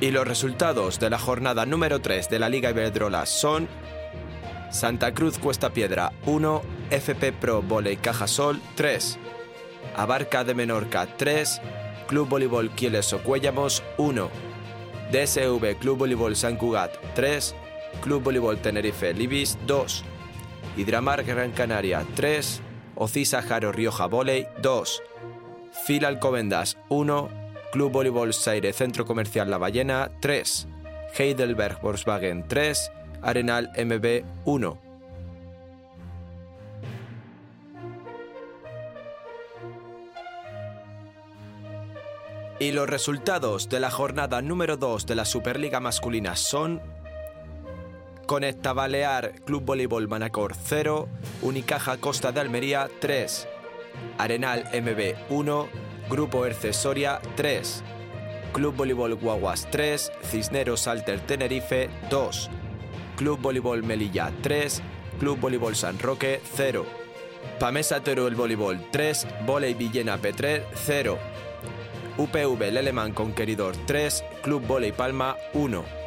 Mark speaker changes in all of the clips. Speaker 1: Y los resultados de la jornada número 3 de la Liga Iberdrola son Santa Cruz Cuesta Piedra 1, FP Pro Voley Cajasol 3, Abarca de Menorca 3, Club Voleibol Quiles Cuellamos 1, DSV Club Voleibol San Cugat 3, Club Voleibol Tenerife Libis 2, Hidramar Gran Canaria 3, Ocisa Jaro Rioja Voley 2, Fil Alcobendas 1, Club Voleibol Saire Centro Comercial La Ballena 3, Heidelberg Volkswagen 3, Arenal MB 1. Y los resultados de la jornada número 2 de la Superliga Masculina son Conecta Balear Club Voleibol Manacor 0, Unicaja Costa de Almería 3, Arenal MB 1, Grupo Erce Soria 3, Club Voleibol Guaguas 3, Cisneros Alter Tenerife 2, Club Voleibol Melilla 3, Club Voleibol San Roque 0, Pamesa Teruel Voleibol 3, Voley Villena Petrer 0, UPV Lelemán Conqueridor 3, Club Voley Palma 1.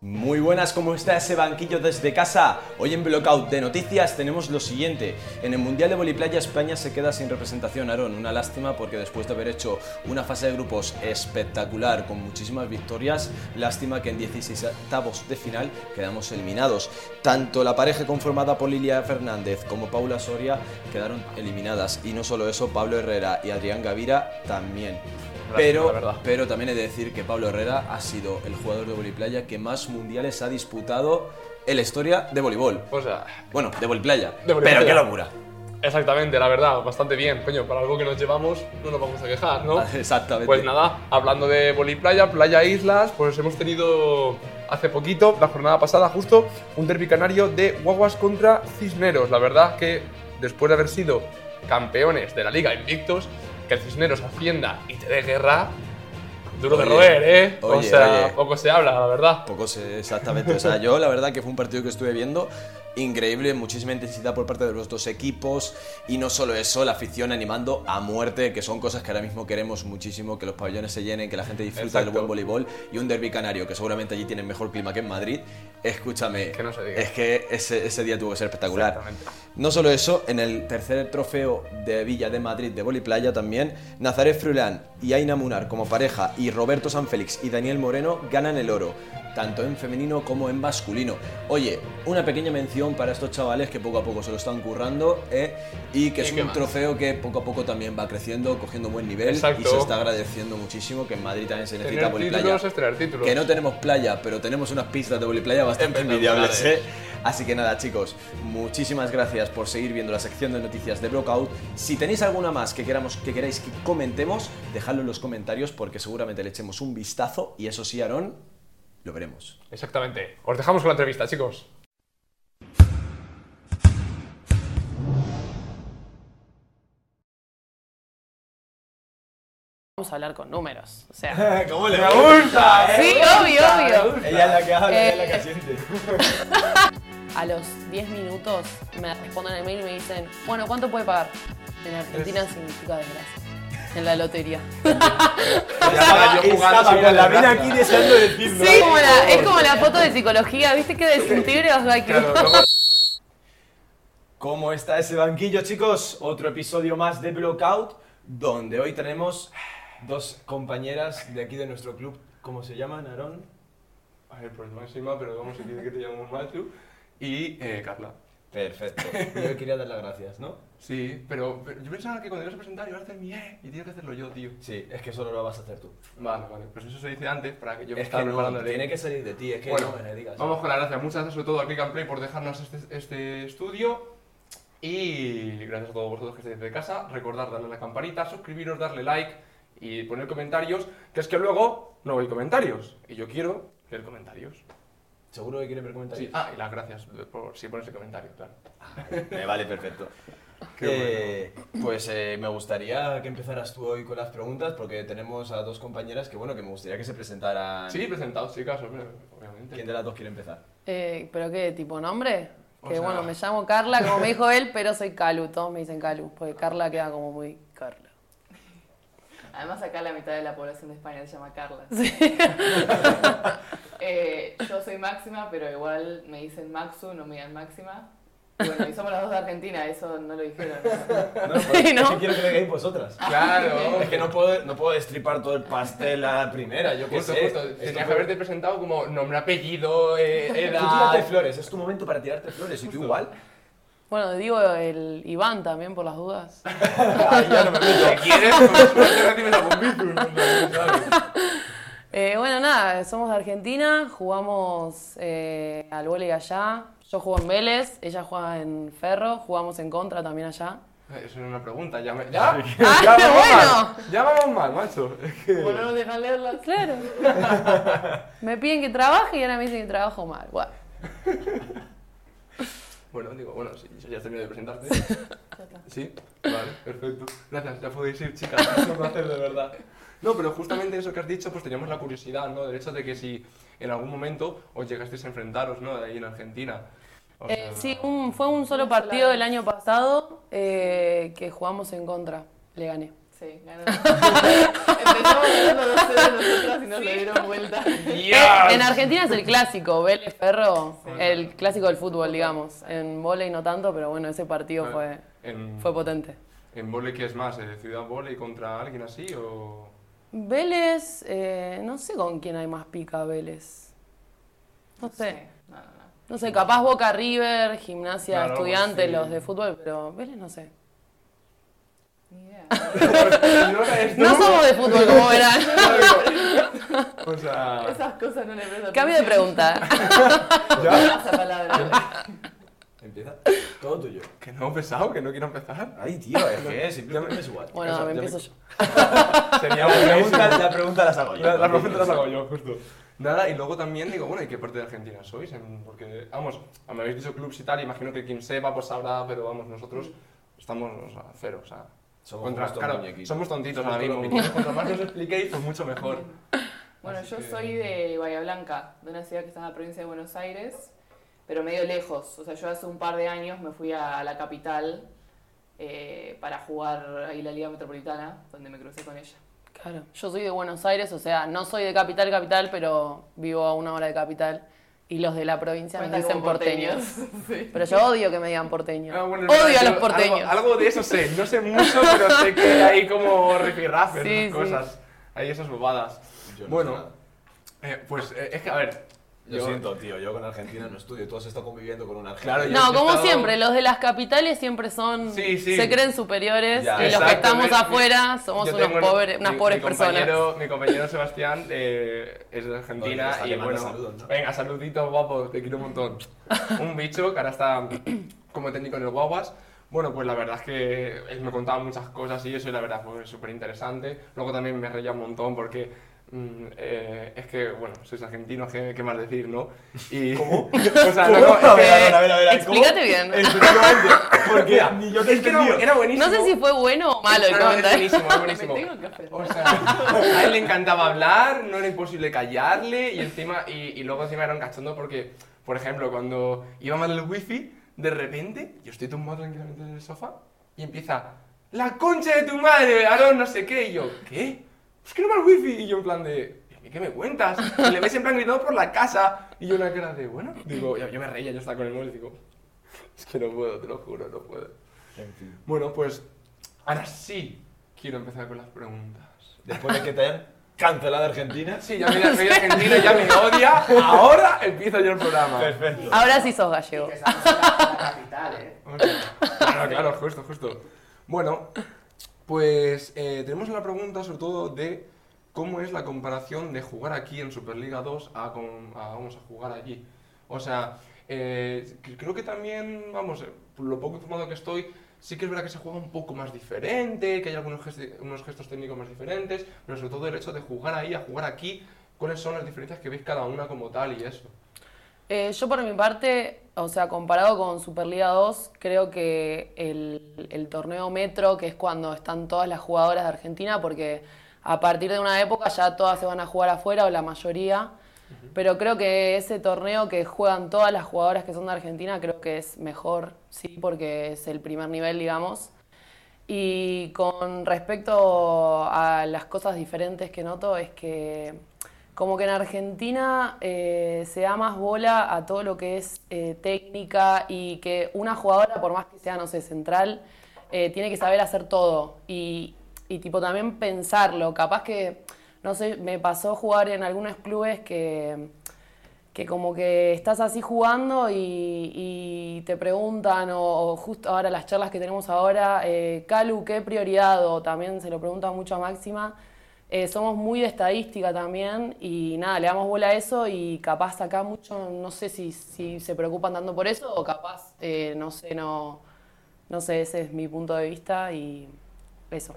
Speaker 2: Muy buenas, ¿cómo está ese banquillo desde casa? Hoy en Blockout de Noticias tenemos lo siguiente. En el Mundial de Voliplaya España se queda sin representación, Aaron. Una lástima porque después de haber hecho una fase de grupos espectacular con muchísimas victorias, lástima que en 16 octavos de final quedamos eliminados. Tanto la pareja conformada por Lilia Fernández como Paula Soria quedaron eliminadas. Y no solo eso, Pablo Herrera y Adrián Gavira también. Pero, pero también he de decir que Pablo Herrera ha sido el jugador de voliplaya que más mundiales ha disputado en la historia de voleibol.
Speaker 3: O sea,
Speaker 2: Bueno, de voliplaya.
Speaker 3: De voliplaya.
Speaker 2: Pero qué locura.
Speaker 3: exactamente, la verdad, bastante bien, coño, para algo que nos llevamos no nos vamos a quejar, ¿no?
Speaker 2: Exactamente.
Speaker 3: Pues nada, hablando de voliplaya, playa islas, pues hemos tenido hace poquito, la jornada pasada justo, un derbi canario de guaguas contra cisneros. La verdad que después de haber sido campeones de la liga invictos, que el cisneros hacienda y te dé guerra, duro de
Speaker 2: Oye,
Speaker 3: roer, ¿eh? o
Speaker 2: oye,
Speaker 3: sea,
Speaker 2: oye.
Speaker 3: poco se habla, la verdad.
Speaker 2: Poco sé exactamente. O sea, yo la verdad que fue un partido que estuve viendo increíble, muchísima intensidad por parte de los dos equipos y no solo eso, la afición animando a muerte, que son cosas que ahora mismo queremos muchísimo, que los pabellones se llenen, que la gente disfrute del
Speaker 3: Exacto.
Speaker 2: buen voleibol y un derby canario, que seguramente allí tienen mejor clima que en Madrid. Escúchame,
Speaker 3: Que no se diga.
Speaker 2: es que ese, ese día tuvo que ser espectacular.
Speaker 3: Exactamente.
Speaker 2: No solo eso, en el tercer trofeo de Villa de Madrid de Voliplaya también, Nazaret Frulán y Aina Munar como pareja y Roberto Sanfélix y Daniel Moreno ganan el oro, tanto en femenino como en masculino. Oye, una pequeña mención para estos chavales que poco a poco se lo están currando ¿eh? y que
Speaker 3: ¿Y
Speaker 2: es
Speaker 3: qué
Speaker 2: un
Speaker 3: más?
Speaker 2: trofeo que poco a poco también va creciendo, cogiendo buen nivel y
Speaker 3: Exacto.
Speaker 2: se está agradeciendo muchísimo que en Madrid también se necesita
Speaker 3: Tener
Speaker 2: Voliplaya.
Speaker 3: títulos es tener títulos.
Speaker 2: Que no tenemos playa, pero tenemos unas pistas de voliplaya bastante envidiables, ¿eh? Así que nada, chicos, muchísimas gracias por seguir viendo la sección de noticias de Blockout. Si tenéis alguna más que, queramos, que queráis que comentemos, dejadlo en los comentarios porque seguramente le echemos un vistazo y eso sí, Aarón, lo veremos.
Speaker 3: Exactamente. Os dejamos con la entrevista, chicos.
Speaker 4: Vamos a hablar con números. O sea, ¿eh?
Speaker 5: ¿Cómo le gusta?
Speaker 4: sí, obvio, obvio.
Speaker 5: Ella es la que habla, ella es la
Speaker 4: Eh,
Speaker 5: que siente.
Speaker 4: A los 10 minutos me responden el mail y me dicen, bueno, ¿cuánto puede pagar? En Argentina significa desgracia. En la lotería.
Speaker 5: Estaba,
Speaker 3: yo jugando
Speaker 5: estaba
Speaker 3: sin
Speaker 5: con la
Speaker 3: la
Speaker 5: mina
Speaker 3: raza.
Speaker 5: aquí deseando decirlo.
Speaker 4: Sí, como la- es como la foto de psicología, ¿viste que desintegras like
Speaker 3: Claro, luego-
Speaker 5: ¿Cómo está ese banquillo, chicos? Otro episodio más de Blockout, donde hoy tenemos dos compañeras de aquí de nuestro club. ¿Cómo se llaman, Aarón?
Speaker 3: A ver, pues no encima, pero vamos a decir que te llamamos Matthew y eh, Carla.
Speaker 5: Perfecto. Yo quería dar las gracias, ¿no?
Speaker 3: Sí, pero, pero yo pensaba que cuando ibas a presentar ibas a hacer mi eh y tienes que hacerlo yo, tío.
Speaker 5: Sí, es que solo lo vas a hacer tú.
Speaker 3: Vale, vale, pues eso se dice antes para que yo me
Speaker 5: Es
Speaker 3: estaba
Speaker 5: que no,
Speaker 3: preparando de-
Speaker 5: tiene que salir de ti, es que
Speaker 3: Bueno,
Speaker 5: no me digas.
Speaker 3: vamos con la gracia. Muchas gracias sobre todo a Click and Play por dejarnos este, este estudio. Y gracias a todos vosotros que estáis desde casa. Recordad darle a la campanita, suscribiros, darle like y poner comentarios. Que es que luego no hay comentarios. Y yo quiero leer comentarios.
Speaker 5: ¿Seguro que quiere ver comentarios?
Speaker 3: Sí, Ah, y las gracias por si pones el comentario, claro.
Speaker 5: Ah, Me vale, perfecto.
Speaker 3: Qué
Speaker 5: Eh, Pues eh, me gustaría que empezaras tú hoy con las preguntas porque tenemos a dos compañeras que bueno, que me gustaría que se presentaran.
Speaker 3: Sí, presentados, chicas, hombre, obviamente.
Speaker 5: ¿Quién de las dos quiere empezar?
Speaker 4: Eh, ¿Pero qué? ¿Tipo nombre?
Speaker 3: O
Speaker 4: Que
Speaker 3: sea-
Speaker 4: bueno, me llamo Carla, como me dijo él, pero soy Calu. Todos me dicen Calu, porque Carla queda como muy Carla.
Speaker 6: Además, acá la mitad de la población de España se llama Carla.
Speaker 4: Sí.
Speaker 6: Eh, yo soy Máxima, pero igual me dicen Maxu, no me digan Máxima. Y Bueno, y somos las dos de Argentina, eso no lo dijeron. ¿no?
Speaker 5: pues,
Speaker 2: No, porque
Speaker 4: Sí, ¿no?
Speaker 2: es que quiero que vengáis vosotras.
Speaker 3: Claro.
Speaker 2: Es que no puedo, no puedo destripar todo el pastel a la primera, yo qué
Speaker 3: Justo,
Speaker 2: sé.
Speaker 3: justo.
Speaker 2: Esto
Speaker 3: Tenías que
Speaker 2: fue-
Speaker 3: haberte presentado como nombre, apellido, eh,
Speaker 2: Tú tírate
Speaker 3: edad.
Speaker 2: flores, es tu momento para tirarte flores y tú igual.
Speaker 4: Bueno, digo el Iván también por las dudas.
Speaker 2: Ahí ya no me meto.
Speaker 3: ¿Qué quieres? Pues, pues, te recibes a bombitum, ¿sabes?
Speaker 4: Eh, bueno, nada, somos de Argentina, jugamos eh, al vóley allá. Yo juego en Vélez, ella juega en Ferro, jugamos en contra también allá.
Speaker 3: Eso era una pregunta, ya me... ¿Ya?
Speaker 4: Ah,
Speaker 3: ya
Speaker 4: pero
Speaker 3: vamos
Speaker 4: bueno.
Speaker 3: mal, ya vamos mal, macho.
Speaker 6: Como no nos dejan leerlas.
Speaker 4: Claro. me piden que trabaje y ahora me dicen que trabajo mal. Bueno,
Speaker 3: Bueno, digo, bueno, sí, yo ya terminé de presentarte. Sí, vale, perfecto. Gracias, ya podéis ir, chicas. Es un placer, de verdad. No, pero justamente eso que has dicho, pues teníamos la curiosidad, ¿no? Del hecho de que si en algún momento os llegasteis a enfrentaros, ¿no? Ahí en Argentina. O
Speaker 4: Eh,
Speaker 3: sea,
Speaker 4: sí, un- fue un solo partido del año pasado eh, que jugamos en contra. Le gané.
Speaker 6: Sí, ganamos. Empezamos ganando 2-0 nosotras y nos le dieron vuelta.
Speaker 4: Eh, en Argentina es el clásico, Vélez Ferro, el clásico del fútbol, digamos. En volei no tanto, pero bueno, ese partido fue,
Speaker 3: En,
Speaker 4: fue potente.
Speaker 3: ¿En volei qué es más? eh, ¿Ciudad volei contra alguien así o...?
Speaker 4: Vélez, eh, no sé con quién hay más pica Vélez. No sé.
Speaker 6: No, no, no.
Speaker 4: No sé, capaz Boca River, Gimnasia,
Speaker 3: Claro,
Speaker 4: Estudiantes,
Speaker 3: sí.
Speaker 4: los de fútbol, pero Vélez no sé.
Speaker 6: Ni idea.
Speaker 3: no eres tú.
Speaker 4: No somos de fútbol, como verán.
Speaker 3: O sea...
Speaker 6: Esas cosas no le presto
Speaker 4: Cambio de
Speaker 6: atención.
Speaker 4: pregunta.
Speaker 6: Pasa palabra.
Speaker 2: Empieza. Todo tuyo.
Speaker 3: Que no, pesado, que no quiero empezar.
Speaker 2: Ay, tío, es que es, simplemente es igual.
Speaker 4: Bueno, me empiezo yo.
Speaker 2: La
Speaker 3: Sería buenísimo.
Speaker 2: pregunta, la pregunta las hago yo.
Speaker 3: La, la pregunta las hago yo, justo. Nada, y luego también digo, bueno, ¿y qué parte de Argentina sois? En- Porque, vamos, me habéis dicho clubs y tal, imagino que quien sepa pues sabrá, pero vamos, nosotros estamos o sea, cero, o sea...
Speaker 2: Somos
Speaker 3: contra,
Speaker 2: justo
Speaker 3: claro,
Speaker 2: muñequitos.
Speaker 3: somos tontitos
Speaker 2: Somos
Speaker 3: ahora mismo.
Speaker 2: colombianos.
Speaker 3: Cuanto más nos expliquéis, pues mucho mejor.
Speaker 6: Bueno,
Speaker 3: Así
Speaker 6: yo
Speaker 3: que-
Speaker 6: soy de Bahía Blanca, de una ciudad que está en la provincia de Buenos Aires, pero medio lejos. O sea, yo hace un par de años me fui a la capital eh, para jugar ahí la Liga Metropolitana, donde me crucé con ella.
Speaker 4: Claro, yo soy de Buenos Aires, o sea, no soy de capital, capital, pero vivo a una hora de capital. Y los de la provincia me
Speaker 6: Cuenta
Speaker 4: dicen
Speaker 6: como
Speaker 4: porteños.
Speaker 6: sí.
Speaker 4: Pero yo odio que me digan porteño.
Speaker 3: Ah, bueno, es verdad,
Speaker 4: odio a
Speaker 3: yo
Speaker 4: los porteños.
Speaker 3: Algo, algo de eso sé, no sé mucho, pero sé que hay como rifirrafes,
Speaker 4: Sí,
Speaker 3: ¿no?
Speaker 4: sí.
Speaker 3: cosas, hay esas bobadas.
Speaker 2: Yo no sé
Speaker 3: bueno,
Speaker 2: nada.
Speaker 3: eh, pues eh, es que, a ver,
Speaker 2: Lo
Speaker 3: yo-
Speaker 2: siento, tío, yo con Argentina no estudio, tú has estado conviviendo con un argentino.
Speaker 3: Claro, yo-
Speaker 4: No, como
Speaker 3: estado-
Speaker 4: siempre, los de las capitales siempre son.
Speaker 3: Sí, sí.
Speaker 4: Se creen superiores
Speaker 2: Ya,
Speaker 4: y los que
Speaker 3: Exacto,
Speaker 4: estamos
Speaker 3: mi- mi-
Speaker 4: afuera somos
Speaker 3: yo
Speaker 4: unos
Speaker 3: tengo-
Speaker 4: pobres, unas
Speaker 3: mi-
Speaker 4: pobres
Speaker 3: mi
Speaker 4: personas.
Speaker 3: compañero- Mi compañero Sebastián eh, es de Argentina
Speaker 2: Oye,
Speaker 3: y
Speaker 2: les
Speaker 3: bueno,
Speaker 2: mando saludos, ¿no?
Speaker 3: venga, saluditos guapo, te quiero un montón. un bicho que ahora está como técnico en el Guaguas. Bueno, pues la verdad es que él me contaba muchas cosas y eso y la verdad fue súper interesante. Luego también me reía un montón porque mm, eh, es que, bueno, sois argentinos, ¿qué, qué más decir, no? Y, ¿Cómo? O sea, no,
Speaker 2: ¿Cómo?
Speaker 3: no, es
Speaker 2: A
Speaker 3: que-
Speaker 2: ver, a ver, a ver, a ver,
Speaker 4: Explícate bien.
Speaker 2: Efectivamente, porque ni yo te he
Speaker 3: es que era,
Speaker 2: entendido.
Speaker 3: era buenísimo.
Speaker 4: No sé si fue bueno o malo el
Speaker 3: No, no, es
Speaker 4: comentario.
Speaker 3: buenísimo, es
Speaker 6: Me
Speaker 3: buenísimo.
Speaker 6: tengo que ofender.
Speaker 3: O sea, a él le encantaba hablar, no era imposible callarle y encima y, y luego encima era un cachondo porque, por ejemplo, cuando iba mal el wifi, de repente yo estoy tumbado tranquilamente en el sofá y empieza la concha de tu madre, Aarón, no sé qué y yo ¿qué? Pues que no va el wifi y yo en plan de "¿Y a mí ¿Qué me cuentas? Y le ves en plan gritando por la casa y yo una cara de bueno, digo, yo, yo me reía, yo estaba con el móvil y digo, es que no puedo, te lo juro, no puedo.
Speaker 2: En fin,
Speaker 3: Bueno, pues ahora sí quiero empezar con las preguntas.
Speaker 2: después de que te hayan cancelado Argentina,
Speaker 3: Sí, ya me me voy a Argentina, ya me odia. Ahora empiezo yo el programa.
Speaker 2: perfecto.
Speaker 4: Ahora sí sos
Speaker 6: eh.
Speaker 4: gallego.
Speaker 3: eh. Claro, claro, justo, justo. Bueno, pues eh, tenemos una pregunta sobre todo de cómo es la comparación de jugar aquí en Superliga 2 a, con- a vamos a jugar allí. O sea, eh, cre- creo que también, vamos, eh, por lo poco informado que estoy, sí que es verdad que se juega un poco más diferente, que hay algunos gesti- unos gestos técnicos más diferentes, pero sobre todo el hecho de jugar ahí a jugar aquí, cuáles son las diferencias que veis cada una como tal y eso.
Speaker 4: Eh, yo por mi parte, o sea, comparado con Superliga 2, creo que el, el torneo Metro, que es cuando están todas las jugadoras de Argentina, porque a partir de una época ya todas se van a jugar afuera o la mayoría, pero creo que ese torneo que juegan todas las jugadoras que son de Argentina, creo que es mejor, sí, porque es el primer nivel, digamos. Y con respecto a las cosas diferentes que noto es que como que en Argentina eh, se da más bola a todo lo que es eh, técnica y que una jugadora, por más que sea, no sé, central, eh, tiene que saber hacer todo y, y tipo también pensarlo. Capaz que, no sé, me pasó jugar en algunos clubes que que como que estás así jugando y, y te preguntan, o, o justo ahora las charlas que tenemos ahora, eh, Calu, ¿qué prioridad? O también se lo pregunta mucho a Máxima. Eh, somos muy de estadística también y nada, le damos bola a eso y capaz acá mucho, no sé si, si se preocupan tanto por eso o capaz, eh, no sé, no, no sé, ese es mi punto de vista y eso.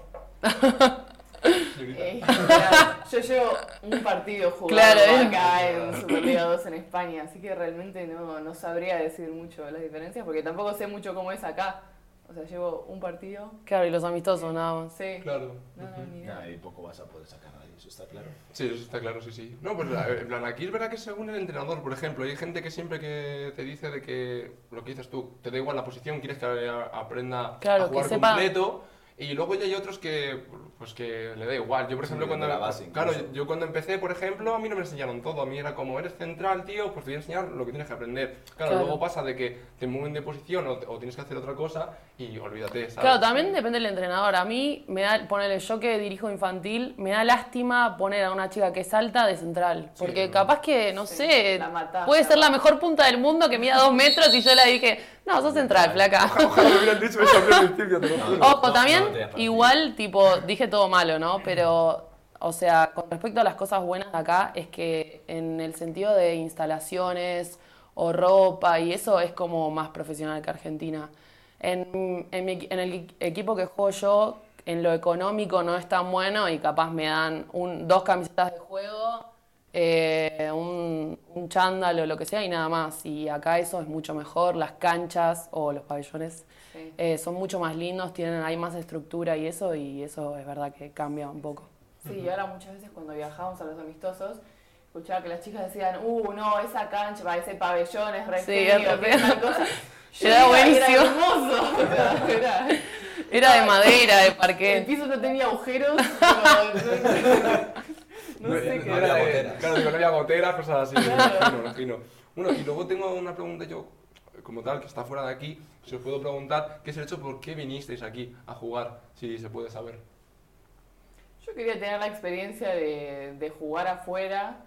Speaker 6: Eh, claro, yo llevo un partido jugando
Speaker 4: Claro, ¿eh?
Speaker 6: acá en Superliga 2 en España, así que realmente no, no sabría decir mucho las diferencias, porque tampoco sé mucho cómo es acá. O sea, llevo un partido.
Speaker 4: Claro, y los amistosos nada más.
Speaker 6: Sí.
Speaker 3: Claro.
Speaker 6: No, no, ni idea.
Speaker 2: Ahí poco vas a poder sacar a nadie, eso está claro.
Speaker 3: Sí, eso está claro, sí, sí. No, pues a ver, en plan, aquí es verdad que según el entrenador, por ejemplo, hay gente que siempre que te dice de que lo que dices tú, te da igual la posición, quieres que a- aprenda
Speaker 4: Claro,
Speaker 3: a
Speaker 4: que
Speaker 3: jugar
Speaker 4: sepa.
Speaker 3: completo. Y luego ya hay otros que, pues que le da igual. Yo, por ejemplo,
Speaker 2: desde
Speaker 3: cuando, em,
Speaker 2: la base,
Speaker 3: claro,
Speaker 2: incluso.
Speaker 3: yo cuando empecé, por ejemplo, a mí no me enseñaron todo. A mí era como, eres central, tío, pues te voy a enseñar lo que tienes que aprender. Claro,
Speaker 4: Claro.
Speaker 3: luego pasa de que te mueven de posición o, o tienes que hacer otra cosa y olvídate, ¿sabes?
Speaker 4: Claro, también depende del entrenador. A mí, me da, ponele, yo que dirijo infantil, me da lástima poner a una chica que es alta de central. Porque capaz que, no
Speaker 6: Sí,
Speaker 4: sé,
Speaker 6: la matás,
Speaker 4: puede
Speaker 6: la
Speaker 4: ser la
Speaker 6: matás.
Speaker 4: mejor punta del mundo que mida dos metros y yo la dije, no, sos central, flaca.
Speaker 3: Ojalá me hubieran dicho eso al principio, te lo juro.
Speaker 4: Ojo,
Speaker 2: no,
Speaker 4: también,
Speaker 2: no te das partido.
Speaker 4: igual, tipo, dije todo malo, ¿no? Pero, o sea, con respecto a las cosas buenas de acá, es que en el sentido de instalaciones o ropa y eso es como más profesional que Argentina. En, en mi equi- en el equi- equipo que juego yo, en lo económico no es tan bueno y capaz me dan un, dos camisetas de juego, eh, un, un chándal o lo que sea y nada más. Y acá eso es mucho mejor, las canchas o los pabellones
Speaker 6: Sí.
Speaker 4: eh, son mucho más lindos, tienen, hay más estructura y eso, y eso es verdad que cambia un poco.
Speaker 6: Sí, y ahora muchas veces cuando viajábamos a los amistosos, escuchaba que las chicas decían, uh, no, esa cancha, va, ese pabellón es re
Speaker 4: Sí,
Speaker 6: feo,
Speaker 4: es re
Speaker 6: que
Speaker 4: feo".
Speaker 6: tal cosa". Yo
Speaker 4: Era
Speaker 6: iba,
Speaker 4: buenísimo.
Speaker 6: Era hermoso. O sea, era-
Speaker 4: Era de madera, de
Speaker 6: El
Speaker 4: parqué.
Speaker 6: piso no tenía agujeros. No, no- no sé
Speaker 2: no
Speaker 6: qué.
Speaker 2: había
Speaker 3: Era de-
Speaker 2: goteras.
Speaker 3: Claro, digo, no había goteras, cosas así, me imagino, me imagino. Bueno, y luego tengo una pregunta yo, como tal, que está fuera de aquí, si os puedo preguntar, ¿qué es el hecho por qué vinisteis aquí a jugar? Si se puede saber.
Speaker 6: Yo quería tener la experiencia de, de jugar afuera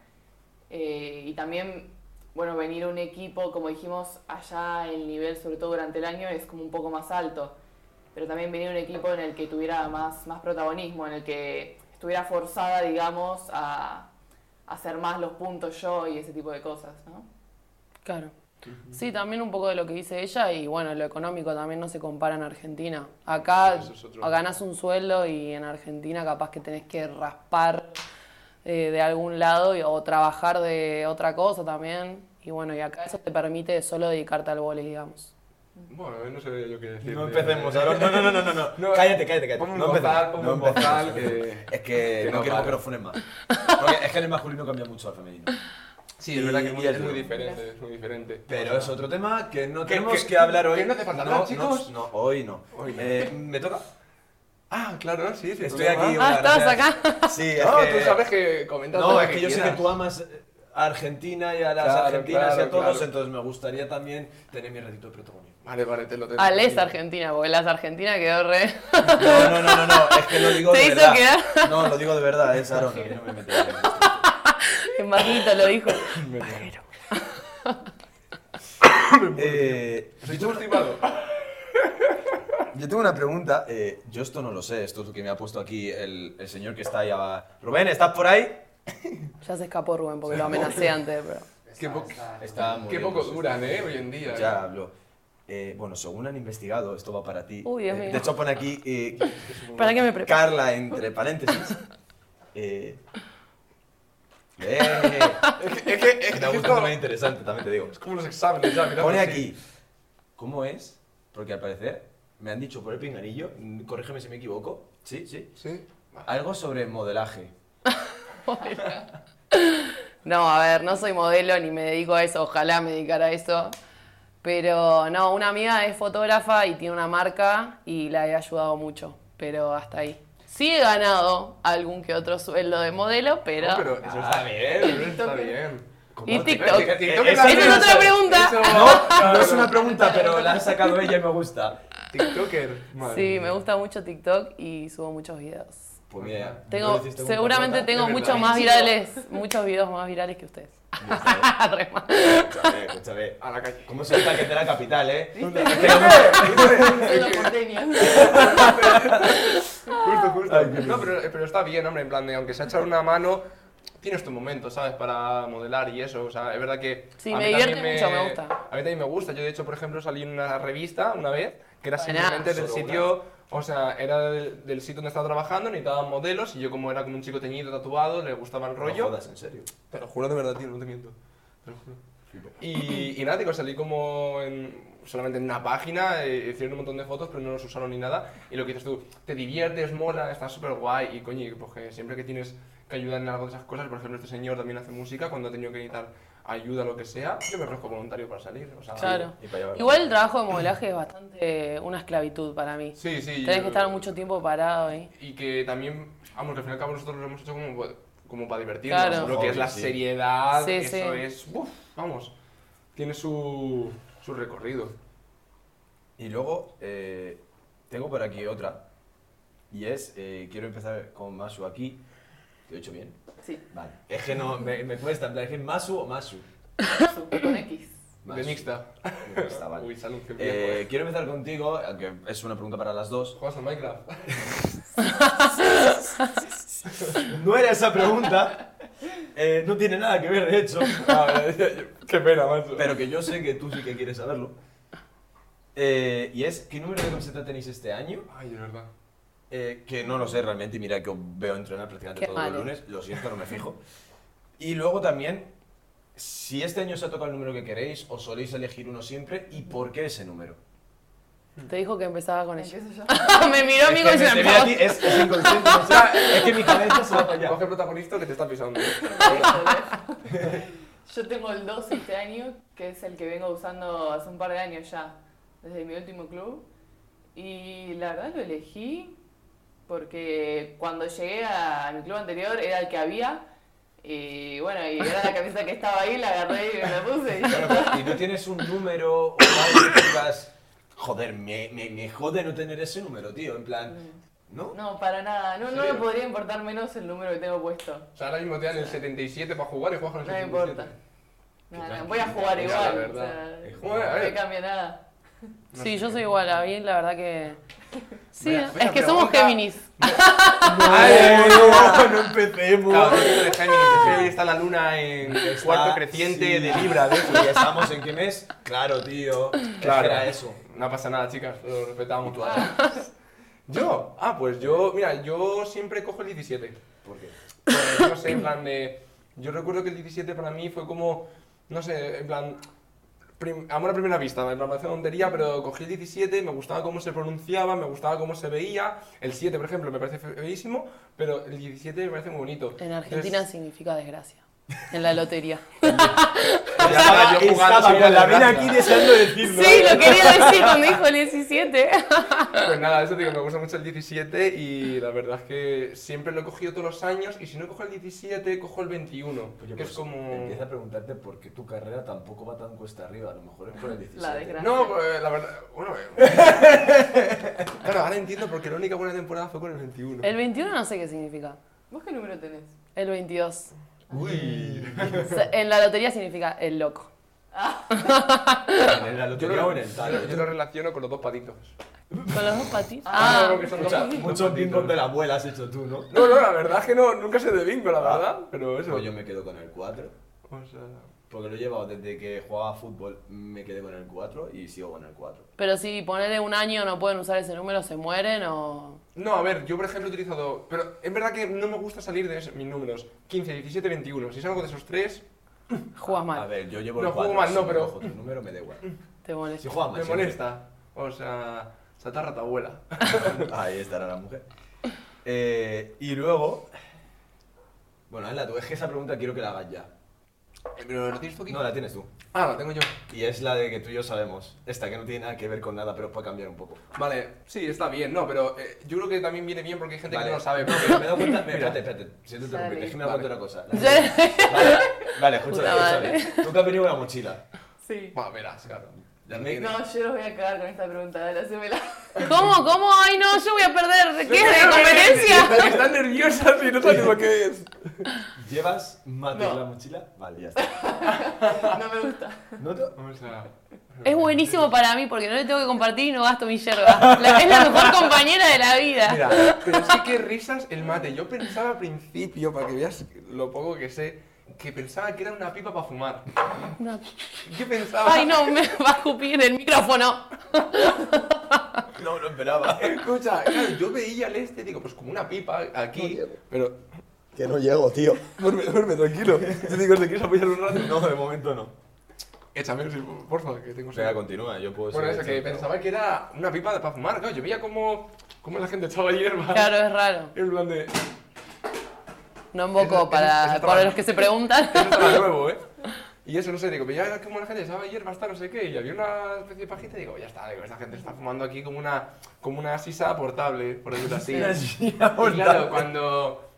Speaker 6: eh, y también, bueno, venir a un equipo, como dijimos, allá el nivel, sobre todo durante el año, es como un poco más alto. Pero también venir a un equipo en el que tuviera más, más protagonismo, en el que estuviera forzada, digamos, a, a hacer más los puntos yo y ese tipo de cosas, ¿no?
Speaker 4: Claro. Sí, también un poco de lo que dice ella, y bueno, lo económico también no se compara en Argentina. Acá
Speaker 3: Eso es otro.
Speaker 4: ganás un sueldo y en Argentina capaz que tenés que raspar eh, de algún lado y- o trabajar de otra cosa también. Y bueno, y acá eso te permite solo dedicarte al vóley, digamos.
Speaker 3: Bueno, eh, no sé yo qué decir.
Speaker 2: No empecemos, ahora. No, no, no, no, no, no.
Speaker 3: No,
Speaker 2: cállate, cállate, cállate.
Speaker 3: Ponme un
Speaker 2: no
Speaker 3: bozal,
Speaker 2: empezar,
Speaker 3: ponme
Speaker 2: no
Speaker 3: un
Speaker 2: empezar.
Speaker 3: bozal, que...
Speaker 2: Es que,
Speaker 3: que
Speaker 2: no
Speaker 3: no
Speaker 2: queremos
Speaker 3: para.
Speaker 2: que nos funen más. Porque es que en el masculino cambia mucho al femenino.
Speaker 3: Sí, es verdad que es muy,
Speaker 2: Y el
Speaker 3: es muy
Speaker 2: duro.
Speaker 3: diferente, es muy diferente.
Speaker 2: Pero es otro tema que no
Speaker 3: Que-
Speaker 2: tenemos
Speaker 3: que-
Speaker 2: que hablar
Speaker 3: que
Speaker 2: hoy.
Speaker 3: no hace falta
Speaker 2: No,
Speaker 3: hablar,
Speaker 2: no,
Speaker 3: chicos.
Speaker 2: No, hoy no.
Speaker 3: Hoy no.
Speaker 2: Eh, ¿Me toca?
Speaker 3: Ah, claro, sí, sí.
Speaker 2: Estoy aquí.
Speaker 4: Ah,
Speaker 2: hola,
Speaker 4: estabas
Speaker 2: gracias.
Speaker 4: acá.
Speaker 2: Sí, es
Speaker 3: No,
Speaker 2: que-
Speaker 3: tú sabes que comentas todo
Speaker 2: No,
Speaker 3: lo
Speaker 2: es que yo sé que
Speaker 3: quieras.
Speaker 2: tú amas eh, a Argentina y a las
Speaker 3: Claro,
Speaker 2: argentinas y
Speaker 3: claro,
Speaker 2: a todos,
Speaker 3: claro.
Speaker 2: entonces me gustaría también tener mi ratito de protagonismo.
Speaker 3: Vale, vale, te lo tengo.
Speaker 4: Ale es Ah, Argentina, porque las Argentinas quedó re.
Speaker 2: No, no, no, no, no, es que lo digo
Speaker 4: Te
Speaker 2: de
Speaker 4: hizo
Speaker 2: verdad.
Speaker 4: quedar.
Speaker 2: No, lo digo de verdad, es Aaron, a mí no me meto en esto.
Speaker 4: En bajito lo dijo.
Speaker 2: Eh,
Speaker 3: Soy subestimado.
Speaker 2: Yo tengo una pregunta. eh, yo esto no lo sé. Esto es lo que me ha puesto aquí el, el señor que está allá. Rubén, ¿estás por ahí?
Speaker 4: Ya se escapó Rubén porque lo amenacé antes, pero.
Speaker 3: Qué, po-
Speaker 2: Está muy
Speaker 3: qué
Speaker 2: bien,
Speaker 3: poco
Speaker 2: pues,
Speaker 3: duran, eh, hoy en día.
Speaker 2: Ya habló. Eh, bueno, según han investigado, esto va para ti.
Speaker 4: Uy, Dios
Speaker 2: Eh,
Speaker 4: mío.
Speaker 2: De hecho, pone aquí eh,
Speaker 4: ¿Para qué me preparo?
Speaker 2: Carla entre paréntesis. Eh, eh,
Speaker 3: Es que, es que, es
Speaker 2: está
Speaker 3: que
Speaker 2: gustando
Speaker 3: esto-
Speaker 2: más interesante, también te digo.
Speaker 3: es como los exámenes ya, mira. pues
Speaker 2: Pone aquí. ¿Cómo es? Porque al parecer me han dicho por el pinganillo, mm, corrígeme si me equivoco. Sí, sí.
Speaker 3: Sí.
Speaker 2: Algo sobre modelaje.
Speaker 4: No, a ver, no soy modelo ni me dedico a eso, ojalá me dedicara a eso. Pero no, una amiga es fotógrafa y tiene una marca y la he ayudado mucho, pero hasta ahí. Sí he ganado algún que otro sueldo de modelo, pero... Ah,
Speaker 3: No, Ah, pero eso está bien, eso está bien.
Speaker 4: Y
Speaker 3: Pero
Speaker 4: TikTok.
Speaker 3: que TikTok
Speaker 2: Esa
Speaker 4: Esa es otra pregunta.
Speaker 2: No, no es una pregunta, pero la ha sacado ella y me gusta.
Speaker 3: TikToker. Madre
Speaker 4: Sí,
Speaker 3: mía.
Speaker 4: me gusta mucho TikTok y subo muchos videos.
Speaker 2: Pues mira,
Speaker 4: Tengo,
Speaker 2: hiciste un
Speaker 4: seguramente
Speaker 2: patriota,
Speaker 4: tengo
Speaker 3: de
Speaker 4: muchos
Speaker 3: verdad.
Speaker 4: más virales, muchos videos más virales que ustedes. Re mal.
Speaker 2: escúchame, escúchame.
Speaker 3: A la calle.
Speaker 2: ¿Cómo se nota que es de la capital, eh?
Speaker 6: Soy la porteña.
Speaker 3: Justo, justo. No, pero, eh, pero está bien, hombre, en plan de aunque sea echar una mano, tienes tu momento, ¿sabes? Para modelar y eso, o sea, es verdad que...
Speaker 4: Sí,
Speaker 3: a
Speaker 4: me
Speaker 3: mí
Speaker 4: divierte
Speaker 3: también
Speaker 4: mucho, me gusta.
Speaker 3: A mí también me gusta, yo de hecho, por ejemplo, salí en una revista una vez, que era
Speaker 4: Buena.
Speaker 3: simplemente del
Speaker 2: Solo una.
Speaker 3: sitio... O sea, era del, del sitio donde estaba trabajando, necesitaban modelos y yo como era como un chico teñido, tatuado, le gustaba el rollo.
Speaker 2: No jodas, en serio.
Speaker 3: Te lo juro de verdad, tío, no te miento. Te lo juro. Y, y nada, digo, salí como en- solamente en una página, eh, hicieron un montón de fotos, pero no los usaron ni nada. Y lo que dices tú, te diviertes, mola, está súper guay. Y coño, y pues que siempre que tienes que ayudar en algo de esas cosas, por ejemplo, este señor también hace música, cuando ha tenido que necesitar ayuda, lo que sea, yo me ofrezco voluntario para salir. O sea,
Speaker 4: Claro.
Speaker 2: Y para llevar-
Speaker 4: Igual el trabajo de modelaje es bastante una esclavitud para mí.
Speaker 3: Sí, sí.
Speaker 4: Tenés
Speaker 3: yo-
Speaker 4: que estar mucho tiempo parado ahí.
Speaker 3: Y que también, vamos, que al fin y al cabo nosotros lo hemos hecho como, pa- como para divertirnos.
Speaker 4: Claro.
Speaker 3: Lo que es la
Speaker 2: Sí, sí.
Speaker 3: seriedad,
Speaker 4: Sí,
Speaker 3: eso
Speaker 4: sí.
Speaker 3: es. uf, vamos, tiene su, su recorrido.
Speaker 2: Y luego, eh, tengo por aquí otra. Y es, eh, quiero empezar con Masu aquí. ¿Te he hecho bien?
Speaker 6: Sí,
Speaker 2: Vale. Es que no, me, me cuesta. en plan, Es que Masu o Masu.
Speaker 6: su- con X.
Speaker 2: Masu.
Speaker 3: De mixta.
Speaker 2: De mixta, vale.
Speaker 3: Uy, salud, qué bien. pues.
Speaker 2: Eh, quiero empezar contigo, aunque es una pregunta para las dos.
Speaker 3: ¿Juegas a Minecraft?
Speaker 2: No era esa pregunta. Eh, no tiene nada que ver, de hecho.
Speaker 3: Ah, qué pena, macho.
Speaker 2: Pero que yo sé que tú sí que quieres saberlo. Eh, y es, ¿qué número de camiseta tenéis este año?
Speaker 3: Ay, de verdad.
Speaker 2: Eh, que no lo sé realmente, mira que os veo entrenar prácticamente
Speaker 4: Qué
Speaker 2: todos
Speaker 4: malo.
Speaker 2: los lunes, lo siento, no me fijo. Y luego también, si este año os ha tocado el número que queréis, os soléis elegir uno siempre, ¿y por qué ese número?
Speaker 4: Te dijo que empezaba con ella.
Speaker 6: Empiezo yo.
Speaker 4: me miró amigo y
Speaker 2: es, que me-
Speaker 4: se
Speaker 2: te
Speaker 4: me
Speaker 2: veo a ti, es- es inconsciente, o sea, es que mi cabeza se
Speaker 6: Ah,
Speaker 2: va para allá.
Speaker 3: Coge el protagonista que te está pisando.
Speaker 6: Yo tengo el 2 este año, que es el que vengo usando hace un par de años ya, desde mi último club. Y la verdad lo elegí porque cuando llegué a mi club anterior era el que había. Y bueno, y era la camisa que estaba ahí, la agarré y me la puse. Y
Speaker 2: Bueno, pero, ¿Y no tienes un número o algo que digas, joder, me, me, me jode no tener ese número, tío? En plan, ¿no?
Speaker 6: No, para nada. No, no me
Speaker 3: ¿Serio?
Speaker 6: podría importar menos el número que tengo puesto.
Speaker 3: O sea, ahora mismo te dan el 77 para jugar y juegas con el
Speaker 6: No me
Speaker 3: 77.
Speaker 6: importa. Nada,
Speaker 2: tranquilo,
Speaker 6: voy a jugar
Speaker 3: mira,
Speaker 6: igual.
Speaker 3: la
Speaker 6: o
Speaker 3: verdad.
Speaker 6: sea,
Speaker 2: Es
Speaker 3: jugar, a
Speaker 6: no me
Speaker 3: ver.
Speaker 6: cambia nada.
Speaker 4: Sí, yo soy igual a mí, la verdad que... Sí,
Speaker 3: Vaya- vaya
Speaker 4: es que somos
Speaker 3: pregunta.
Speaker 4: Géminis.
Speaker 3: Ay,
Speaker 2: no, no empecemos.
Speaker 3: Cabrón, de Géminis. que Está la luna en el
Speaker 2: Está-
Speaker 3: cuarto creciente
Speaker 2: sí.
Speaker 3: de Libra, de eso.
Speaker 2: ¿Y estamos en qué mes? Claro, tío.
Speaker 3: Claro.
Speaker 2: Era eso.
Speaker 3: No pasa nada, chicas, lo respetamos. ¿Yo? Ah, pues yo, mira, yo siempre cojo el 17.
Speaker 2: ¿Por qué?
Speaker 3: Pues, no sé, en plan de... Yo recuerdo que el 17 para mí fue como, no sé, en plan... prim- amor a primera vista, me parece una tontería, pero cogí el 17, me gustaba cómo se pronunciaba, me gustaba cómo se veía. El 7, por ejemplo, me parece feísimo, pero el 17 me parece muy bonito.
Speaker 4: En Argentina significa desgracia. En la lotería.
Speaker 3: Entonces, ya estaba yo jugando, soy una desgracia.
Speaker 2: deseando decirlo.
Speaker 4: Sí, lo quería decir cuando dijo el 17.
Speaker 3: Pues nada, eso te digo, me gusta mucho el 17 y la verdad es que siempre lo he cogido todos los años y si no cojo el 17, cojo el 21, que es como...
Speaker 2: Pues Empieza a preguntarte por qué tu carrera tampoco va tan cuesta arriba. A lo mejor es por el 17.
Speaker 6: La desgracia.
Speaker 3: No, pues, la verdad, bueno... eh, claro, ahora entiendo porque la única buena temporada fue con el 21.
Speaker 4: El 21 no sé qué significa.
Speaker 6: ¿Vos qué número tenés?
Speaker 4: El 22.
Speaker 2: Uy.
Speaker 4: Se- En la lotería significa el loco.
Speaker 2: En la lotería
Speaker 3: Yo lo, yo lo- yo
Speaker 2: oriental. ¿eh?
Speaker 3: lo relaciono con los dos patitos.
Speaker 4: Con los dos patitos. Ah,
Speaker 6: Ah,
Speaker 3: Creo que son dos
Speaker 2: Escucha,
Speaker 3: patitos.
Speaker 2: muchos bingos de la abuela has hecho tú, ¿no?
Speaker 3: No, no, la verdad es que no, nunca se de bingo, la verdad, pero eso...
Speaker 2: Pues yo me quedo con el 4.
Speaker 3: O sea,
Speaker 2: Porque lo he llevado desde que jugaba a fútbol, me quedé con el 4 y sigo con el 4.
Speaker 4: pero si ponerle un año no pueden usar ese número, se mueren o...
Speaker 3: No, a ver, yo por ejemplo he utilizado... Pero es verdad que no me gusta salir de esos- mis números. 15, 17, 21. Si salgo de esos tres,
Speaker 4: Juegas
Speaker 2: A
Speaker 4: mal.
Speaker 2: ver, yo llevo
Speaker 3: No
Speaker 2: el 4.
Speaker 3: juego mal, no,
Speaker 2: si me
Speaker 3: pero-
Speaker 2: cojo tu número me da igual.
Speaker 4: Te molesta.
Speaker 2: Si juega mal,
Speaker 3: me
Speaker 2: siempre.
Speaker 3: molesta. O sea, satarra tu abuela.
Speaker 2: Ahí estará la mujer. Eh, y luego. Bueno, hazla tú. Es que esa pregunta quiero que la hagas ya.
Speaker 3: ¿Pero lo tienes tú aquí?
Speaker 2: No, la tienes tú.
Speaker 3: Ah, la tengo yo.
Speaker 2: Y es la de que tú y yo sabemos. Esta que no tiene nada que ver con nada, pero puede cambiar un poco.
Speaker 3: Vale, sí, está bien, no, pero eh, yo creo que también viene bien porque hay gente
Speaker 2: Vale.
Speaker 3: que no lo sabe.
Speaker 2: Pero
Speaker 3: pero-
Speaker 2: me he dado cuenta. espérate, espérate. Si te interrumpir,
Speaker 6: Dale.
Speaker 2: es que me he dado cuenta de una cosa.
Speaker 4: Yo-
Speaker 2: Vale, vale, escúchame,
Speaker 4: Puta madre.
Speaker 2: escúchame. Tú que has venido con la mochila.
Speaker 6: Sí.
Speaker 3: Bueno, verás, claro. Ya
Speaker 2: Me-
Speaker 3: tienes.
Speaker 6: No, yo los voy a cagar con esta pregunta, dale, hacémela.
Speaker 4: ¿Cómo? ¿Cómo? Ay, no, yo voy a perder. ¿Qué es de competencia?
Speaker 3: Están, están nerviosas y no saben lo que es.
Speaker 2: ¿Llevas mate en
Speaker 6: No.
Speaker 2: la mochila? Vale, ya está.
Speaker 6: No me gusta.
Speaker 2: ¿No te-
Speaker 4: Es buenísimo para mí porque no le tengo que compartir y no gasto mi yerba. La- es la mejor compañera de la vida.
Speaker 3: Mira, pero sí que risas el mate. Yo pensaba al principio, para que veas lo poco que sé, que pensaba que era una pipa para fumar.
Speaker 4: Una-
Speaker 3: Yo pensaba.
Speaker 4: Ay, no, me va a escupir el micrófono.
Speaker 2: No, no esperaba.
Speaker 3: Escucha, claro, yo veía al este, digo, pues como una pipa aquí, pero.
Speaker 2: Que no llego, tío.
Speaker 3: Duerme, duerme, tranquilo. Yo digo, ¿te quieres apoyar un rato?
Speaker 2: No, de momento no.
Speaker 3: Échame, sí, por favor, que tengo
Speaker 2: Venga,
Speaker 3: sed.
Speaker 2: continúa, yo puedo
Speaker 3: Bueno,
Speaker 2: seguir
Speaker 3: eso, que
Speaker 2: echando.
Speaker 3: pensaba que era una pipa para fumar. Claro, yo veía como, como la gente echaba hierba.
Speaker 4: Claro, es raro.
Speaker 3: En plan de. Eso
Speaker 4: No
Speaker 3: Eso- eso-
Speaker 4: embocó para,
Speaker 3: eso está
Speaker 4: para
Speaker 3: mal.
Speaker 4: los que se preguntan.
Speaker 3: estaba nuevo, ¿eh? Y eso, no sé, digo, veía como la gente echaba hierba hasta no sé qué. Y había una especie de pajita y digo, ya está, digo, esta gente está fumando aquí como una, como una sisa portable, por decirlo así. Y claro, cuando,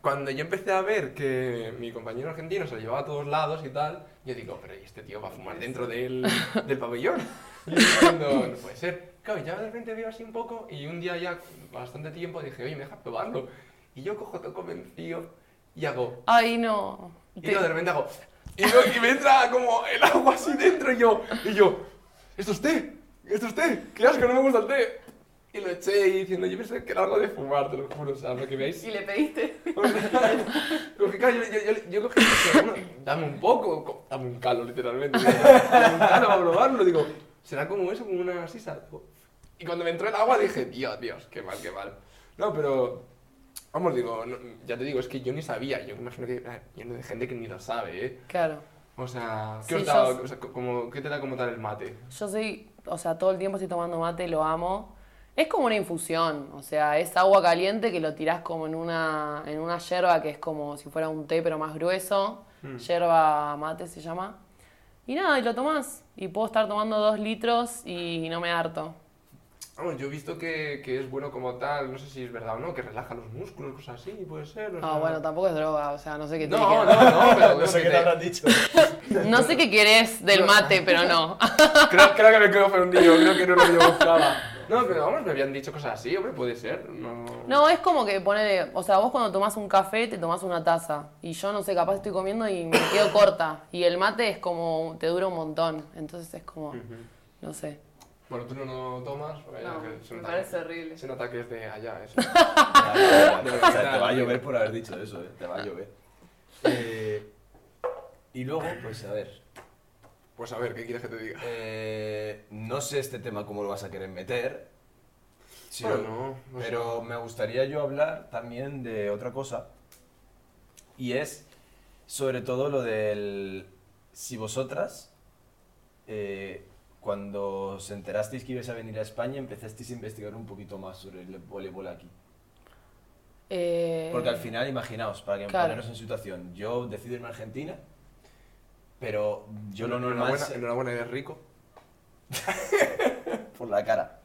Speaker 3: cuando yo empecé a ver que mi compañero argentino se lo llevaba a todos lados y tal, yo digo, pero ¿y este tío va a fumar dentro del, del pabellón? Y yo diciendo, no puede ser. Claro, ya de repente veo así un poco y un día ya, bastante tiempo, dije, oye, me dejas probarlo. Y yo cojo todo convencido y hago,
Speaker 4: Ay, no.
Speaker 3: y
Speaker 4: Te-
Speaker 3: yo de repente hago, y, veo que me entra como el agua así dentro y yo, y yo, ¿esto es té? ¿Esto es té? ¡Qué asco, no me gusta el té! Y lo eché y diciendo, yo pensé que era algo de fumar, te lo juro, o sea, lo que veáis.
Speaker 6: Y le pediste.
Speaker 3: Cogí, claro, yo, yo, yo, yo cogí y dije, bueno, dame un poco, co- dame un calo, literalmente. Dame un calo para probarlo. Digo, ¿será como eso, como una sisa? Y cuando me entró el agua dije, Dios, Dios, qué mal, qué mal. No, pero, vamos, digo, no, ya te digo, es que yo ni sabía. Yo me imagino que ah, lleno de gente que ni lo sabe, ¿eh?
Speaker 4: Claro.
Speaker 3: O sea, ¿qué
Speaker 4: Sí,
Speaker 3: os da,
Speaker 4: sos-
Speaker 3: o sea, co- como, ¿qué te da como tal el mate?
Speaker 4: Yo soy, o sea, todo el tiempo estoy tomando mate, lo amo. Es como una infusión, o sea, es agua caliente que lo tirás como en una, en una yerba que es como si fuera un té pero más grueso.
Speaker 3: Mm.
Speaker 4: Yerba mate se llama. Y nada, y lo tomás. Y puedo estar tomando dos litros y no me harto.
Speaker 3: Vamos, yo he visto que, que es bueno como tal, no sé si es verdad o no, que relaja los músculos, cosas así, puede ser. o
Speaker 4: Ah,
Speaker 3: sea-
Speaker 4: bueno, tampoco es droga, o sea, no sé qué te
Speaker 3: No, no,
Speaker 4: queda.
Speaker 3: no, pero
Speaker 2: No sé
Speaker 3: que
Speaker 2: qué te
Speaker 3: te-
Speaker 2: habrán dicho.
Speaker 4: No sé qué querés del mate, pero no.
Speaker 3: Creo, creo que me quedo ofendido, creo que no lo yo buscaba. No, pero vamos, me habían dicho cosas así, hombre, puede ser. No.
Speaker 4: No, es como que pone, o sea, vos cuando tomás un café te tomás una taza y yo no sé, capaz estoy comiendo y me quedo corta y el mate es como te dura un montón, entonces es como no sé.
Speaker 3: Bueno, tú no lo tomas, vaya,
Speaker 6: No,
Speaker 3: que se
Speaker 6: me
Speaker 3: nota
Speaker 6: parece
Speaker 3: que-
Speaker 6: horrible.
Speaker 3: Se nota que es de allá, eso.
Speaker 2: O sea, te va a llover por haber dicho eso, eh. Te va a llover. Eh, y luego, pues a ver.
Speaker 3: Pues a ver, ¿qué quieres que te diga?
Speaker 2: eh, no sé este tema cómo lo vas a querer meter. Sí
Speaker 3: Bueno,
Speaker 2: o
Speaker 3: no, no sé.
Speaker 2: pero me gustaría yo hablar también de otra cosa. Y es sobre todo lo del. Si vosotras, eh, cuando os enterasteis que ibais a venir a España, empezasteis a investigar un poquito más sobre el voleibol aquí.
Speaker 4: Eh,
Speaker 2: Porque al final, imaginaos, para que
Speaker 4: Claro.
Speaker 2: poneros en situación, yo decido irme a Argentina, pero yo lo normal
Speaker 3: enhorabuena,
Speaker 2: es-
Speaker 3: enhorabuena, eres rico.
Speaker 2: por la cara.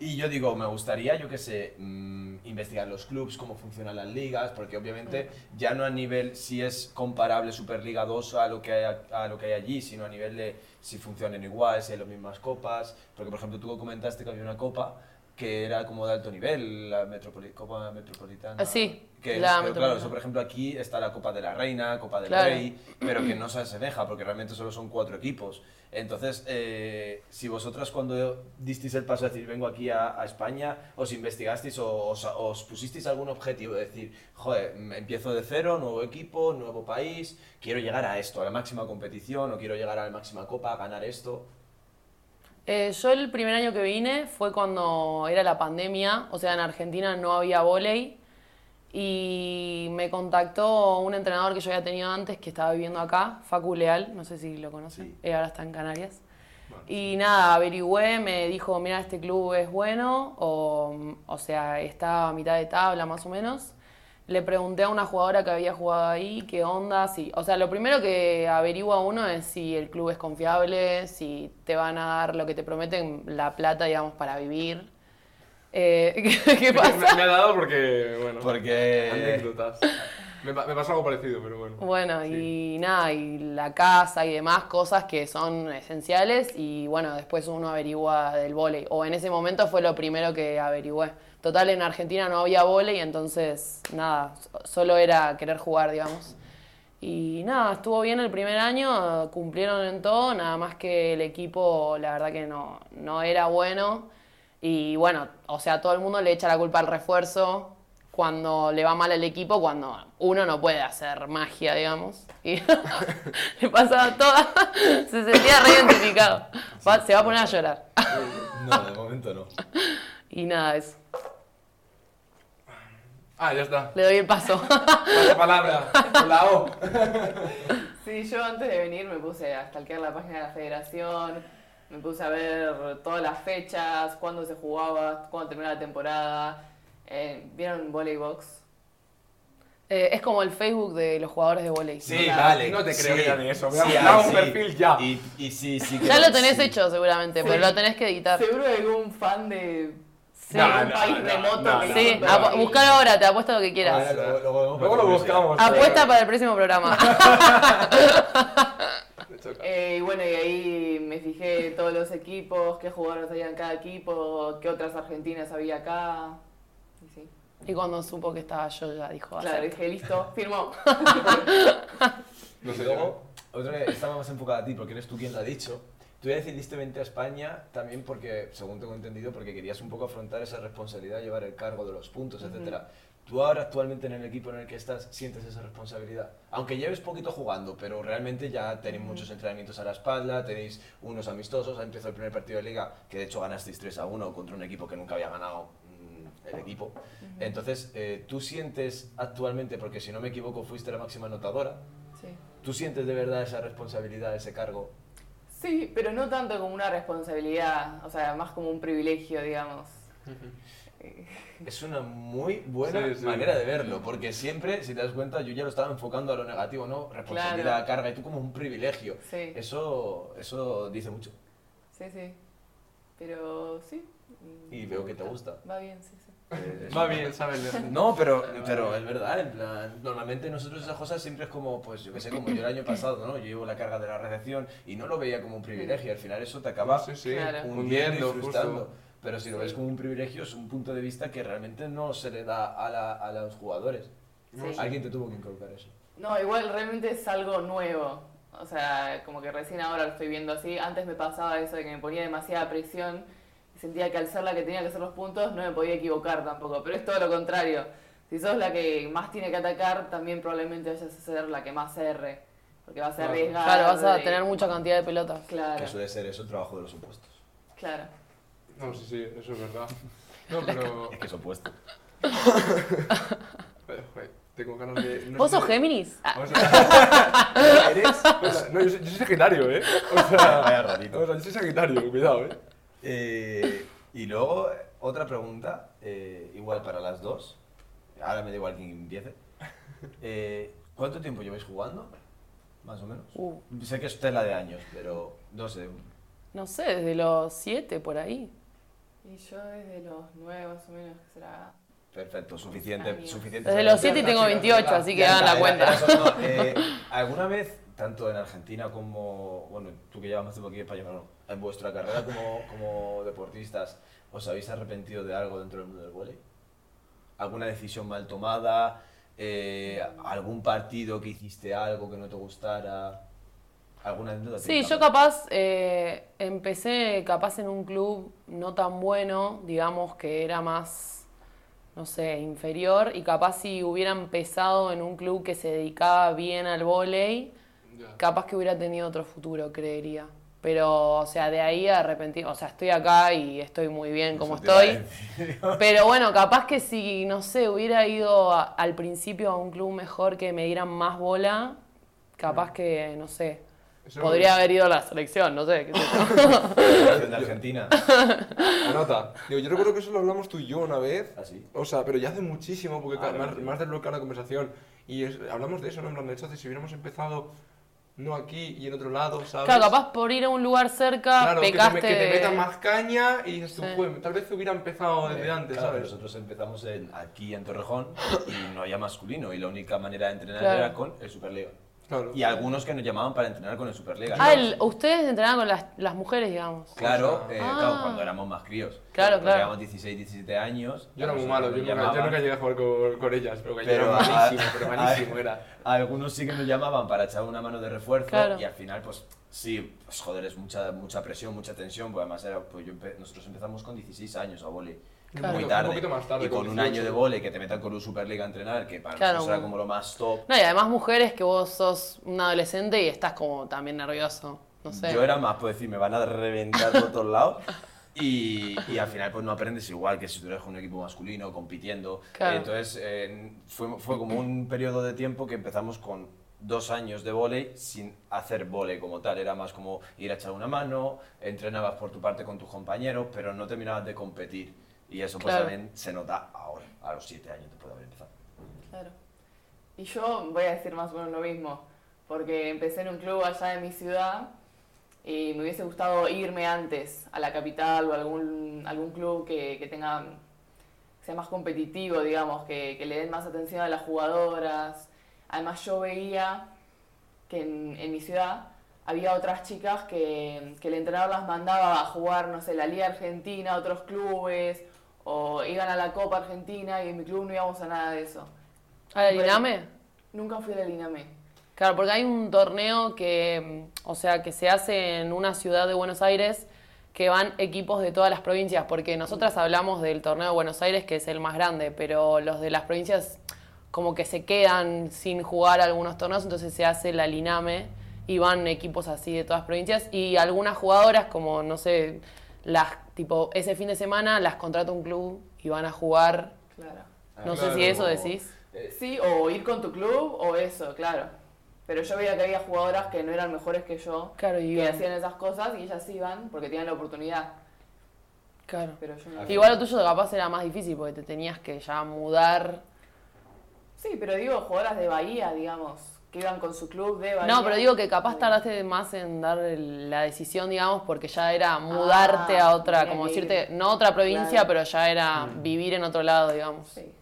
Speaker 2: Y yo digo, me gustaría, yo qué sé, mm, investigar los clubs, cómo funcionan las ligas, porque obviamente
Speaker 4: Mm.
Speaker 2: ya no a nivel si es comparable Superliga 2 a lo que hay, a- a lo que hay allí, sino a nivel de si funcionan igual, si hay las mismas copas. Porque, por ejemplo, tú comentaste que había una copa que era como de alto nivel, la metropoli- Copa Metropolitana.
Speaker 4: Ah, sí,
Speaker 2: Que es-
Speaker 4: la
Speaker 2: pero claro,
Speaker 4: Metropolitana.
Speaker 2: eso, por ejemplo, aquí está la Copa de la Reina, Copa del
Speaker 4: Claro.
Speaker 2: Rey, pero que no se asemeja porque realmente solo son cuatro equipos. Entonces, eh, si vosotras cuando disteis el paso de decir vengo aquí a, a España, os investigasteis o os, os pusisteis algún objetivo, de decir, joder, mm, empiezo de cero, nuevo equipo, nuevo país, quiero llegar a esto, a la máxima competición o quiero llegar a la máxima copa, a ganar esto.
Speaker 4: eh, yo el primer año que vine fue cuando era la pandemia, o sea, en Argentina no había volei y me contactó un entrenador que yo había tenido antes que estaba viviendo acá, Facu Leal, no sé si lo conocen,
Speaker 2: Sí.
Speaker 4: eh, ahora está en Canarias. Y nada, averigüé, me dijo, mira, este club es bueno, o, o sea, está a mitad de tabla más o menos. le pregunté a una jugadora que había jugado ahí qué onda, si, o sea, lo primero que averigua uno es si el club es confiable, si te van a dar lo que te prometen, la plata, digamos, para vivir. Eh, ¿qué, qué
Speaker 3: Me,
Speaker 4: pasa?
Speaker 3: me ha dado porque, bueno,
Speaker 2: Porque...
Speaker 3: anécdotas. Me, pa- me pasó algo parecido, pero bueno.
Speaker 4: Bueno,
Speaker 3: Sí.
Speaker 4: y nada, y la casa y demás cosas que son esenciales y bueno, después uno averigua del vóley. O en ese momento fue lo primero que averigüé. Total, en Argentina no había vóley, entonces nada, so- solo era querer jugar, digamos. Y nada, estuvo bien el primer año, cumplieron en todo, nada más que el equipo la verdad que no, no era bueno. Y bueno, o sea, todo el mundo le echa la culpa al refuerzo cuando le va mal al equipo, cuando uno no puede hacer magia, digamos. Y le pasaba toda, se sentía re identificado. Va- se va a poner a llorar.
Speaker 2: No, de momento no.
Speaker 4: Y nada, eso.
Speaker 3: Ah, ya está.
Speaker 4: Le doy el paso.
Speaker 3: La palabra. Con la O.
Speaker 6: Sí, yo antes de venir me puse a stalkear la página de la federación, me puse a ver todas las fechas, cuándo se jugaba, cuándo terminaba la temporada. Eh, ¿Vieron Volleybox?
Speaker 4: Eh, es como el Facebook de los jugadores de volei.
Speaker 2: Sí,
Speaker 3: No,
Speaker 2: vale.
Speaker 3: no te creo
Speaker 2: sí,
Speaker 3: ya de eso. Me
Speaker 2: sí,
Speaker 3: ha- me ha dado
Speaker 2: ah,
Speaker 3: un
Speaker 2: sí.
Speaker 3: perfil ya.
Speaker 2: Y, y sí, sí.
Speaker 4: Ya
Speaker 2: que-
Speaker 4: lo tenés
Speaker 2: sí.
Speaker 4: hecho seguramente, pero lo tenés que editar.
Speaker 6: Seguro algún fan de
Speaker 4: Sí.
Speaker 6: de algún
Speaker 3: no,
Speaker 6: país
Speaker 3: no,
Speaker 6: remoto
Speaker 3: no,
Speaker 6: que
Speaker 3: no,
Speaker 4: Sí,
Speaker 6: hizo
Speaker 3: no,
Speaker 4: apu-
Speaker 6: perfil.
Speaker 4: buscar ahora, te apuesto lo que quieras.
Speaker 2: Ahora lo- lo vemos
Speaker 3: Luego
Speaker 2: para
Speaker 3: lo
Speaker 2: publicidad.
Speaker 3: buscamos.
Speaker 4: Apuesta para el próximo programa.
Speaker 6: Eh, y bueno, y ahí me fijé todos los equipos, qué jugadores había en cada equipo, qué otras argentinas había acá. Y sí.
Speaker 4: Y cuando supo que estaba yo, ya dijo.
Speaker 6: Claro,
Speaker 4: "Acepto".
Speaker 6: dije, listo, firmó.
Speaker 3: No
Speaker 2: Y
Speaker 3: sé.
Speaker 2: luego, otra que estaba más enfocada a ti, porque eres tú quien lo ha dicho. Tú ya decidiste venirte a España también porque, según tengo entendido, porque querías un poco afrontar esa responsabilidad, llevar el cargo de los puntos, etcétera. Tú ahora actualmente en el equipo en el que estás sientes esa responsabilidad. Aunque lleves poquito jugando, pero realmente ya tenéis muchos entrenamientos a la espalda, tenéis unos amistosos, ha empezado el primer partido de liga, que de hecho ganasteis 3 a 1 contra un equipo que nunca había ganado mm, el equipo. Entonces, eh, tú sientes actualmente, porque si no me equivoco fuiste la máxima anotadora,
Speaker 6: Sí.
Speaker 2: ¿Tú sientes de verdad esa responsabilidad, ese cargo?
Speaker 6: Sí, pero no tanto como una responsabilidad, o sea, más como un privilegio, digamos.
Speaker 2: Es una muy buena
Speaker 3: Sí, sí.
Speaker 2: manera de verlo, porque siempre, si te das cuenta, yo ya lo estaba enfocando a lo negativo, ¿no? Responsabilidad,
Speaker 6: Claro.
Speaker 2: carga, y tú como un privilegio.
Speaker 6: Sí,
Speaker 2: Eso, eso dice mucho.
Speaker 6: sí, sí. Pero sí. mm,
Speaker 2: Y veo que te gusta.
Speaker 6: Va bien, sí, sí.
Speaker 2: Eh,
Speaker 3: Va bien, ¿sabes?
Speaker 2: No, pero, pero es verdad, en plan, normalmente nosotros esas cosas siempre es como, pues yo qué sé, como yo el año pasado, ¿no? Yo llevo la carga de la redacción y no lo veía como un privilegio, al final eso te acaba
Speaker 3: Sí, sí.
Speaker 6: Claro.
Speaker 2: hundiendo
Speaker 3: Hundiendo,
Speaker 2: y frustrando.
Speaker 3: justo.
Speaker 2: Pero si lo
Speaker 6: Sí.
Speaker 2: ves como un privilegio, es un punto de vista que realmente no se le da a, la- a los jugadores.
Speaker 6: Sí.
Speaker 2: Alguien te tuvo que inculcar eso.
Speaker 6: No, igual realmente es algo nuevo. O sea, como que recién ahora lo estoy viendo así. Antes me pasaba eso de que me ponía demasiada presión y sentía que al ser la que tenía que hacer los puntos no me podía equivocar tampoco. Pero es todo lo contrario. Si sos la que más tiene que atacar, también probablemente vayas a ser la que más erre. Porque vas a
Speaker 3: Claro.
Speaker 6: arriesgar.
Speaker 4: Claro, vas a
Speaker 6: y-
Speaker 4: tener mucha cantidad de pelotas.
Speaker 6: Claro,
Speaker 2: Que suele ser eso el trabajo de los opuestos.
Speaker 6: claro.
Speaker 3: No, sí, sí, eso es verdad. No, pero.
Speaker 2: Es que es opuesto.
Speaker 3: Joder, joder, Tengo ganas de. no
Speaker 4: ¿Vos
Speaker 3: sé-
Speaker 4: sos Géminis? Ah,
Speaker 3: O sea, ¿Eres? O sea, no, yo soy, yo soy Sagitario, ¿eh? O sea,
Speaker 2: Vaya ratito.
Speaker 3: o sea, yo soy Sagitario, cuidado, ¿eh?
Speaker 2: Eh, y luego, eh, otra pregunta, eh, igual para las dos. Ahora me da igual quién empiece. Eh, ¿Cuánto tiempo lleváis jugando? Más o menos.
Speaker 4: uh,
Speaker 2: Sé que es tela de años, pero no sé.
Speaker 4: no sé, desde los siete por ahí.
Speaker 6: Y yo desde los nueve más o menos, que será.
Speaker 2: Perfecto, suficiente.
Speaker 6: Años.
Speaker 2: suficiente
Speaker 4: Desde los
Speaker 2: saber.
Speaker 4: siete y tengo 28, así que hagan
Speaker 2: Era-
Speaker 4: la
Speaker 2: era
Speaker 4: cuenta.
Speaker 2: eso, no, eh, ¿Alguna vez, tanto en Argentina como, bueno, tú que llevas más tiempo aquí en España, pero no, en vuestra carrera como, como deportistas, os habéis arrepentido de algo dentro del mundo del vóley? ¿Alguna decisión mal tomada? Eh, ¿Algún partido que hiciste algo que no te gustara? ¿Alguna anécdota?
Speaker 4: Sí, yo capaz eh, empecé capaz en un club no tan bueno, digamos que era más, no sé, inferior y capaz si hubiera empezado en un club que se dedicaba bien al vóley,
Speaker 3: Ya.
Speaker 4: capaz que hubiera tenido otro futuro, creería. Pero, o sea, de ahí arrepentí, o sea, estoy acá y estoy muy bien como estoy. Pero bueno, capaz que si, no sé, hubiera ido a- al principio a un club mejor que me dieran más bola, capaz que, no sé,
Speaker 3: Eso-
Speaker 4: Podría haber ido a la selección, no sé. qué sé yo.
Speaker 2: de Argentina.
Speaker 3: Anota. Digo, yo recuerdo que eso lo hablamos tú y yo una vez.
Speaker 2: ¿Ah, sí?
Speaker 3: O sea, pero ya hace muchísimo, porque
Speaker 2: Ah,
Speaker 3: ca-
Speaker 2: no,
Speaker 3: más,
Speaker 2: sí.
Speaker 3: más desbloqueada la conversación. Y es- hablamos de eso, ¿no? En plan, de hecho, de si hubiéramos empezado no aquí y en otro lado, ¿sabes?
Speaker 4: Claro, capaz por ir a un lugar cerca
Speaker 3: Claro, que te, me-
Speaker 4: pecaste.
Speaker 3: que te metan más caña y dices tú,
Speaker 4: Sí.
Speaker 3: "Joder, tal vez hubiera empezado desde
Speaker 2: Eh,
Speaker 3: antes,
Speaker 2: claro,
Speaker 3: ¿sabes?
Speaker 2: Nosotros empezamos en- aquí en Torrejón y no había masculino y la única manera de entrenar
Speaker 4: Claro.
Speaker 2: era con el Superliga.
Speaker 3: Claro.
Speaker 2: Y algunos que nos llamaban para entrenar con el Superliga.
Speaker 4: Ah, el- ustedes entrenaban con las, las mujeres, digamos.
Speaker 2: Claro, eh,
Speaker 4: Ah.
Speaker 2: claro, cuando éramos más críos.
Speaker 4: Claro,
Speaker 2: Cuando
Speaker 4: claro.
Speaker 2: Teníamos 16, 17 años.
Speaker 3: Yo era muy
Speaker 2: nosotros
Speaker 3: malo, yo
Speaker 2: nos
Speaker 3: nunca, yo
Speaker 2: llamaban.
Speaker 3: nunca llegué a jugar con, con ellas, pero, que yo
Speaker 2: Pero
Speaker 3: era
Speaker 2: a-
Speaker 3: malísimo, pero
Speaker 2: a-
Speaker 3: malísimo era.
Speaker 2: Algunos sí que nos llamaban para echar una mano de refuerzo
Speaker 4: Claro.
Speaker 2: y al final, pues sí, pues joder, es mucha, mucha presión, mucha tensión. Pues además, era, pues, yo empe- nosotros empezamos con 16 años a vole.
Speaker 4: Claro.
Speaker 2: Muy
Speaker 3: Un
Speaker 2: tarde.
Speaker 3: poquito más tarde,
Speaker 2: y con
Speaker 3: con
Speaker 2: un
Speaker 3: 18.
Speaker 2: año de vole que te metan con un Superliga a entrenar, que para
Speaker 4: Claro,
Speaker 2: nosotros era
Speaker 4: un-
Speaker 2: como lo más top.
Speaker 4: No, y además mujeres que vos sos un adolescente y estás como también nervioso. No sé.
Speaker 2: Yo era más, puedo decir, me van a reventar por todos lados. Y, y al final pues no aprendes igual que si tú eres con un equipo masculino, compitiendo.
Speaker 4: Claro.
Speaker 2: Eh, entonces eh, fue, fue como un periodo de tiempo que empezamos con dos años de volei sin hacer volei como tal. Era más como ir a echar una mano, entrenabas por tu parte con tus compañeros, pero no terminabas de competir. Y eso pues
Speaker 4: Claro.
Speaker 2: también se nota ahora, a los siete años después de haber empezado.
Speaker 6: Claro. Y yo voy a decir más o menos lo mismo, porque empecé en un club allá de mi ciudad y me hubiese gustado irme antes a la capital o a algún, algún club que, que tenga, que sea más competitivo, digamos, que, que le den más atención a las jugadoras. Además yo veía que en, en mi ciudad había otras chicas que, que el entrenador las mandaba a jugar, no sé, la Liga Argentina, otros clubes, o iban a la Copa Argentina y en mi club no íbamos a nada de eso.
Speaker 4: ¿A la Diname?
Speaker 6: Nunca fui a la Liname.
Speaker 4: Claro, porque hay un torneo que, mm, o sea, que se hace en una ciudad de Buenos Aires que van equipos de todas las provincias, porque nosotras hablamos del torneo de Buenos Aires, que es el más grande, pero los de las provincias como que se quedan sin jugar algunos torneos, entonces se hace la Liname y van equipos así de todas las provincias y algunas jugadoras como, no sé, las tipo ese fin de semana las contrata un club y van a jugar,
Speaker 6: Ah, Claro.
Speaker 4: no sé
Speaker 3: claro.
Speaker 4: si eso decís.
Speaker 6: Sí, o ir con tu club o eso, claro. Pero yo veía que había jugadoras que no eran mejores que yo,
Speaker 4: Claro, y
Speaker 6: que
Speaker 4: iban.
Speaker 6: hacían esas cosas y ellas iban porque tenían la oportunidad.
Speaker 4: Claro.
Speaker 6: Pero yo no.
Speaker 4: Igual lo tuyo capaz era más difícil porque te tenías que ya mudar.
Speaker 6: Sí, pero digo, jugadoras de Bahía, digamos, que iban con su club de Bahía.
Speaker 4: No, pero digo que capaz tardaste más en dar el- la decisión, digamos, porque ya era mudarte
Speaker 6: Ah,
Speaker 4: a otra,
Speaker 6: tenía
Speaker 4: como
Speaker 6: que ir.
Speaker 4: decirte, no a otra provincia,
Speaker 6: Claro.
Speaker 4: pero ya era vivir en otro lado, digamos.
Speaker 6: Sí.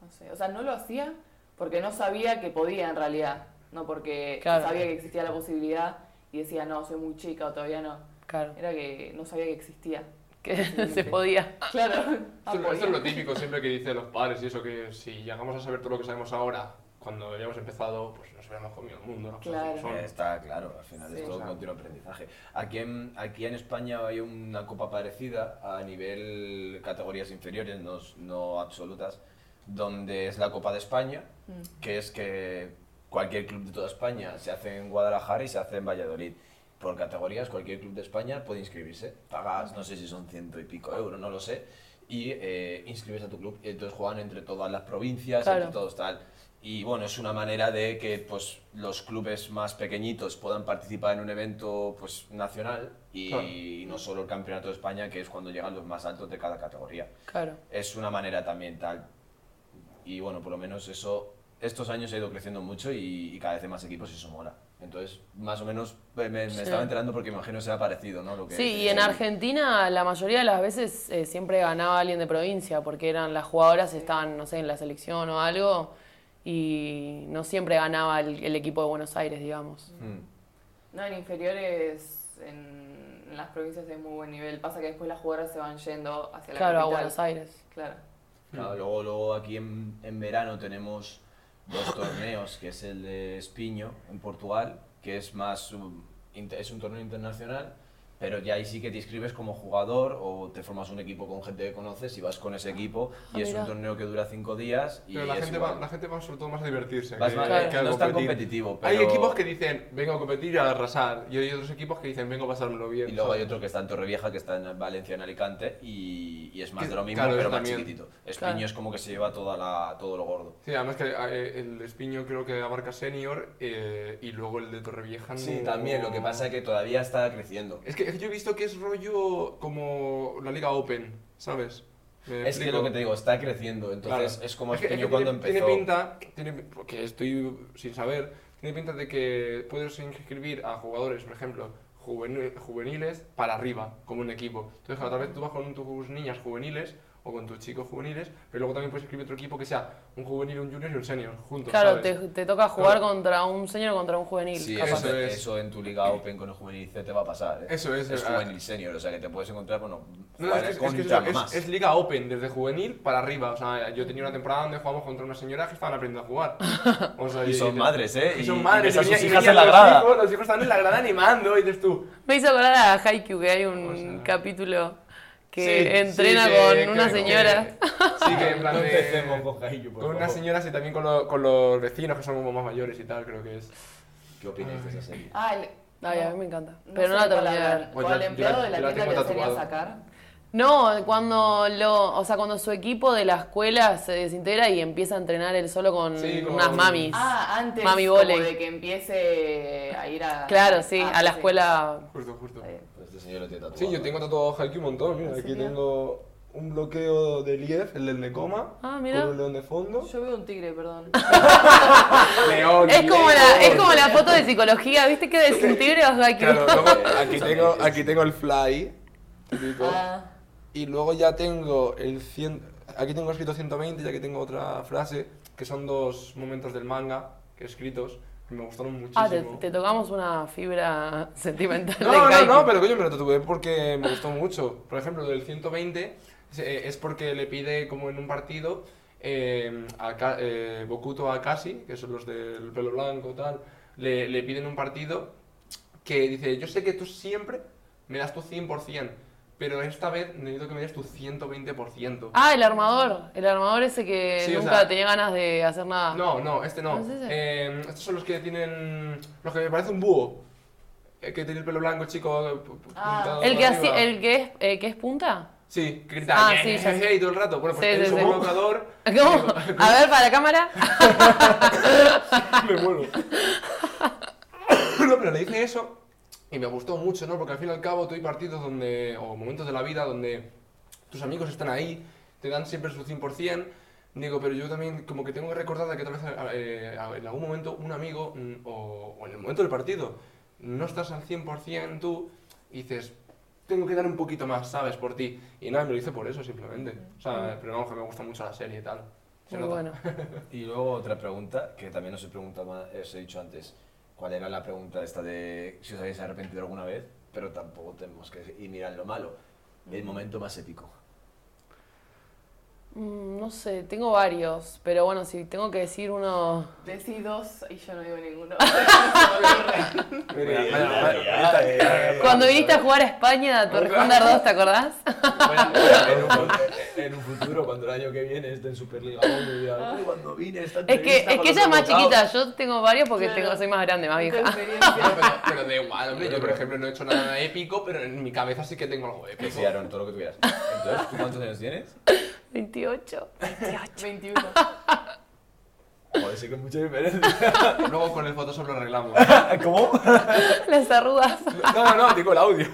Speaker 6: No sé. O sea, no lo hacía porque no sabía que podía en realidad. No porque
Speaker 4: Claro.
Speaker 6: sabía que existía la posibilidad y decía, no, soy muy chica o todavía no.
Speaker 4: Claro.
Speaker 6: Era que no sabía que existía.
Speaker 4: Que
Speaker 6: Totalmente.
Speaker 4: se podía.
Speaker 6: Claro. Ah,
Speaker 3: Esto, esto es
Speaker 6: podía.
Speaker 3: lo típico siempre que dicen los padres y eso, que si llegamos a saber todo lo que sabemos ahora, cuando habíamos empezado, pues nos hubiéramos comido el mundo. las cosas como
Speaker 6: Claro.
Speaker 3: son.
Speaker 2: Eh, Está claro, al final
Speaker 6: Sí,
Speaker 2: es todo
Speaker 6: claro.
Speaker 2: continuo aprendizaje. Aquí en, aquí en España hay una copa parecida a nivel categorías inferiores, no, s- no absolutas, donde es la Copa de España, que es que cualquier club de toda España se hace en Guadalajara y se hace en Valladolid. Por categorías, cualquier club de España puede inscribirse. Pagas, no sé si son ciento y pico euros, no lo sé, y eh, inscribes a tu club. Y entonces juegan entre todas las provincias,
Speaker 4: Claro.
Speaker 2: entre todos tal. Y bueno, es una manera de que pues, los clubes más pequeñitos puedan participar en un evento pues, nacional y no solo el Campeonato de España, que es cuando llegan los más altos de cada categoría.
Speaker 4: Claro.
Speaker 2: Es una manera también tal. Y bueno, por lo menos eso, estos años ha ido creciendo mucho y, y cada vez hay más equipos y eso mola. Entonces, más o menos me, me- me
Speaker 4: Sí.
Speaker 2: estaba enterando porque me imagino será parecido, ¿no? Lo que
Speaker 4: Sí, y en Argentina la mayoría de las veces eh, siempre ganaba alguien de provincia, porque eran las jugadoras, estaban, no sé, en la selección o algo, y no siempre ganaba el, el equipo de Buenos Aires, digamos.
Speaker 2: Mm.
Speaker 6: No, en inferiores, en, en las provincias hay muy buen nivel. Pasa que después las jugadoras se van yendo hacia la
Speaker 4: Claro, a
Speaker 6: capital.
Speaker 4: Buenos Aires.
Speaker 6: Claro.
Speaker 3: Mm.
Speaker 2: Claro, luego, luego aquí en, en verano tenemos dos torneos, que es el de Espiño en Portugal, que es más un- inter- es un torneo internacional Pero ya ahí sí que te inscribes como jugador o te formas un equipo con gente que conoces y vas con ese equipo y
Speaker 4: Ah,
Speaker 2: es un
Speaker 4: mira.
Speaker 2: torneo que dura cinco días y
Speaker 3: Pero la
Speaker 2: es
Speaker 3: gente,
Speaker 2: igual.
Speaker 3: va, la gente va sobre todo más a divertirse.
Speaker 2: Vas
Speaker 3: que-
Speaker 2: más-
Speaker 3: que a
Speaker 2: no es tan
Speaker 3: competir.
Speaker 2: competitivo,
Speaker 3: Hay
Speaker 2: pero-
Speaker 3: equipos que dicen, vengo a competir y a arrasar. Y hay otros equipos que dicen, vengo a pasármelo bien.
Speaker 2: Y luego hay
Speaker 3: ¿sabes?
Speaker 2: otro que está en Torrevieja, que está en Valencia, en Alicante, y, y es más
Speaker 3: Que-
Speaker 2: de lo mismo,
Speaker 3: claro,
Speaker 2: pero
Speaker 3: eso
Speaker 2: más
Speaker 3: también.
Speaker 2: chiquitito.
Speaker 4: Claro.
Speaker 2: Espiño es como que se lleva toda la, todo lo gordo.
Speaker 3: Sí, además que eh, el Espiño creo que abarca senior eh, y luego el de Torrevieja
Speaker 2: Sí,
Speaker 3: no-
Speaker 2: también, lo que pasa es que todavía está creciendo.
Speaker 3: Es que yo he visto que es rollo como la Liga Open, ¿sabes? Me
Speaker 2: Es que
Speaker 3: explico.
Speaker 2: lo que te digo, está creciendo, entonces
Speaker 3: Claro.
Speaker 2: es como
Speaker 3: que-
Speaker 2: Espiño
Speaker 3: que
Speaker 2: cuando
Speaker 3: tiene,
Speaker 2: empezó.
Speaker 3: Tiene pinta, tiene, que estoy sin saber, tiene pinta de que puedes inscribir a jugadores, por ejemplo, juvenil- juveniles para arriba, como un equipo. Entonces, claro, tal vez tú vas con tus niñas juveniles o con tus chicos juveniles, pero luego también puedes inscribir otro equipo que sea un juvenil, un junior y un senior, juntos,
Speaker 4: Claro,
Speaker 3: ¿sabes?
Speaker 4: te, te toca jugar
Speaker 3: Claro.
Speaker 4: contra un senior o contra un juvenil.
Speaker 2: Sí,
Speaker 4: capaz.
Speaker 2: eso,
Speaker 3: Eso es.
Speaker 2: eso en tu liga open con el juvenil C te va a pasar. ¿eh?
Speaker 3: Eso es,
Speaker 2: Es
Speaker 3: ah.
Speaker 2: juvenil senior, o sea que te puedes encontrar, bueno,
Speaker 3: No, no, es,
Speaker 2: jugar
Speaker 3: que, es, que
Speaker 2: contra
Speaker 3: es eso, es-
Speaker 2: más.
Speaker 3: es liga open, desde juvenil para arriba. O sea, yo tenía una temporada donde jugamos contra una señora que estaban aprendiendo a jugar. O sea,
Speaker 2: Y son madres, ¿eh?
Speaker 3: Y
Speaker 2: Y-
Speaker 3: son
Speaker 2: y
Speaker 3: madres.
Speaker 2: ves a
Speaker 3: venía-
Speaker 2: sus
Speaker 3: y
Speaker 2: hijas
Speaker 3: venían
Speaker 2: en la
Speaker 3: los
Speaker 2: grada.
Speaker 3: Hijos, los hijos estaban en la grada animando y dices tú.
Speaker 4: Me hizo acordar a Haikyuu, que hay un
Speaker 3: O sea.
Speaker 4: capítulo que
Speaker 3: sí,
Speaker 4: entrena
Speaker 3: sí,
Speaker 4: con
Speaker 3: que-
Speaker 4: una
Speaker 3: que-
Speaker 4: señora.
Speaker 3: sí, que en plan
Speaker 2: No
Speaker 3: de-
Speaker 2: empecemos con Jaillo, por
Speaker 3: Con unas
Speaker 2: favor.
Speaker 3: señoras y también con, lo- con los vecinos que son como más mayores y tal, creo que es.
Speaker 2: ¿Qué opináis de esa serie?
Speaker 6: Ah, el-
Speaker 4: Ay, a
Speaker 6: no,
Speaker 4: mí me encanta.
Speaker 6: no
Speaker 4: Pero no
Speaker 6: sé
Speaker 4: la
Speaker 6: la
Speaker 4: terminé de
Speaker 6: palabra.
Speaker 4: ver.
Speaker 6: O
Speaker 3: Yo
Speaker 6: al
Speaker 3: la-
Speaker 6: empleado
Speaker 3: yo la-
Speaker 6: de la
Speaker 3: yo la
Speaker 6: tienda que
Speaker 3: tengo
Speaker 6: lo quería
Speaker 3: tatuada.
Speaker 6: sacar.
Speaker 4: No, cuando lo, o sea, cuando su equipo de la escuela se desintegra y empieza a entrenar él solo con
Speaker 3: Sí, con-
Speaker 4: unas mamis.
Speaker 6: Ah, antes
Speaker 4: Mami
Speaker 6: como
Speaker 4: voley.
Speaker 6: de que empiece a ir a...
Speaker 4: Claro, sí,
Speaker 6: Ah,
Speaker 4: a la escuela.
Speaker 3: Justo, justo.
Speaker 2: Pues este señor lo tiene tatuado.
Speaker 3: Sí, yo tengo tatuado Haikyuu un montón. Mira, aquí tengo un bloqueo de Lief, el del de coma.
Speaker 4: Ah, mira.
Speaker 3: Con un león de fondo.
Speaker 6: Yo veo un tigre, perdón.
Speaker 3: León,
Speaker 4: Es como la,
Speaker 3: león.
Speaker 4: es como la foto de psicología, ¿viste que desintegra a Haikyuu?
Speaker 3: Claro, luego aquí tengo, aquí tengo el fly. típico.
Speaker 6: Ah,
Speaker 3: Y luego ya tengo el 100. Aquí tengo escrito 120 y aquí tengo otra frase, que son dos momentos del manga que he escritos, que me gustaron muchísimo.
Speaker 4: Ah, te, te tocamos una fibra sentimental de
Speaker 3: No, no,
Speaker 4: Haikyuu.
Speaker 3: no, pero coño, me lo tatué porque me gustó mucho. Por ejemplo, lo del 120 es, eh, es porque le pide, como en un partido, eh, a Ka- eh, Bokuto a Kasi, que son los del pelo blanco, tal, le, le piden un partido que dice, yo sé que tú siempre me das tu 100%, pero esta vez necesito que me des tu 120%.
Speaker 4: Ah, el armador. El armador ese que
Speaker 3: Sí, o
Speaker 4: nunca
Speaker 3: sea-
Speaker 4: tenía ganas de hacer nada.
Speaker 3: No, no, este no.
Speaker 4: ¿No es ese?
Speaker 3: Eh, estos son los que tienen... Los que me parece un búho. eh, Que tiene el pelo blanco, chico. eh, pu- pu-
Speaker 6: Ah.
Speaker 3: pintado
Speaker 4: El que,
Speaker 3: para
Speaker 4: así-
Speaker 3: arriba.
Speaker 4: el que es, eh, que es punta.
Speaker 3: Sí, que grita
Speaker 4: Ah,
Speaker 3: "Ye,
Speaker 4: sí,
Speaker 3: ye,
Speaker 4: ya
Speaker 3: ye,
Speaker 4: sé.
Speaker 3: ye", y todo el rato. Bueno, pues
Speaker 4: Sí,
Speaker 3: él
Speaker 4: sí,
Speaker 3: como eh,
Speaker 4: sí.
Speaker 3: provocador
Speaker 4: ¿Cómo? A ver, para la cámara.
Speaker 3: me muero. no, pero le dije eso y me gustó mucho, ¿no? Porque al fin y al cabo tú hay partidos donde, o momentos de la vida donde tus amigos están ahí, te dan siempre su 100%. Digo, pero yo también como que tengo que recordar de que tal vez eh, en algún momento un amigo mm, o, o en el momento del partido no estás al 100% tú y dices, tengo que dar un poquito más, ¿sabes? Por ti. Y nada, me lo hice por eso simplemente. O sea, pero vamos, que me gusta mucho la serie y tal. Se
Speaker 4: Muy
Speaker 3: nota.
Speaker 4: bueno.
Speaker 2: Y luego otra pregunta, que también os he preguntado, ma- eh, os he dicho antes, cuál era la pregunta esta de si os habéis arrepentido alguna vez, pero tampoco tenemos que y mirar lo malo. El momento más épico.
Speaker 4: Mm, No sé, tengo varios. Pero bueno, si tengo que decir uno.
Speaker 3: Eh,
Speaker 6: decí dos y yo no digo ninguno.
Speaker 3: Mira, mira, mira.
Speaker 4: Cuando viniste a jugar a España a Torrejón de Ardoz, ¿te acordás?
Speaker 2: en, un, fu- en un futuro, cuando el año que viene esté en Superliga, me dirá, "Uy, cuando vine esta
Speaker 4: Ah. Es que,
Speaker 2: entrevista
Speaker 4: es
Speaker 2: con
Speaker 4: que
Speaker 2: los
Speaker 4: ella es más
Speaker 2: convocados".
Speaker 4: chiquita. Yo tengo varios porque
Speaker 6: Claro.
Speaker 4: tengo, soy más grande, más
Speaker 6: Nunca
Speaker 4: vieja.
Speaker 3: No,
Speaker 6: experiencia.
Speaker 3: pero, pero da igual, hombre. Yo, por ejemplo, no he hecho nada épico, pero en mi cabeza sí que tengo algo
Speaker 2: Que
Speaker 3: épico.
Speaker 2: sí, Aaron, todo lo que tú quieras. Entonces, ¿tú ¿cuántos años tienes?
Speaker 4: 28.
Speaker 6: 21.
Speaker 2: Joder, sí que es mucha diferencia.
Speaker 3: Luego con el Photoshop lo arreglamos.
Speaker 2: ¿Cómo?
Speaker 4: Las arrugas.
Speaker 3: No, no, digo el audio.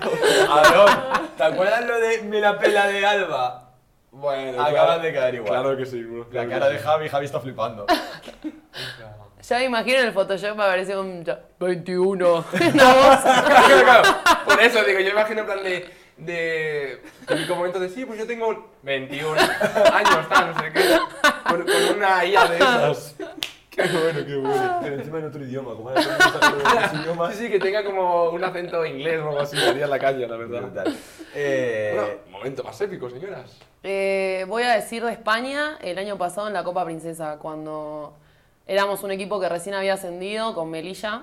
Speaker 2: Aaron, ¿te acuerdas lo de me la pela de Alba?
Speaker 3: Bueno,
Speaker 2: Acabas
Speaker 3: claro,
Speaker 2: de caer igual.
Speaker 3: Claro que sí, bro.
Speaker 2: La
Speaker 3: claro que
Speaker 2: cara
Speaker 3: sí.
Speaker 2: de Javi, Javi está flipando.
Speaker 4: Ya me imagino en el Photoshop me aparece un. yo, 21. Una voz.
Speaker 3: Claro, claro. Por eso digo, yo imagino en plan de. de. típico momento de sí, pues yo tengo 21 años, tal, no sé qué. Con, con una IA de esas. Qué bueno, qué bueno.
Speaker 2: Pero encima en otro idioma, como era otro idioma.
Speaker 3: Ah. Sí, sí, que tenga como un acento inglés o algo así, sería la calle, la verdad. Bueno,
Speaker 2: Eh,
Speaker 3: momento más épico, señoras.
Speaker 4: Eh, voy a decir de España el año pasado en la Copa Princesa, cuando Éramos un equipo que recién había ascendido con Melilla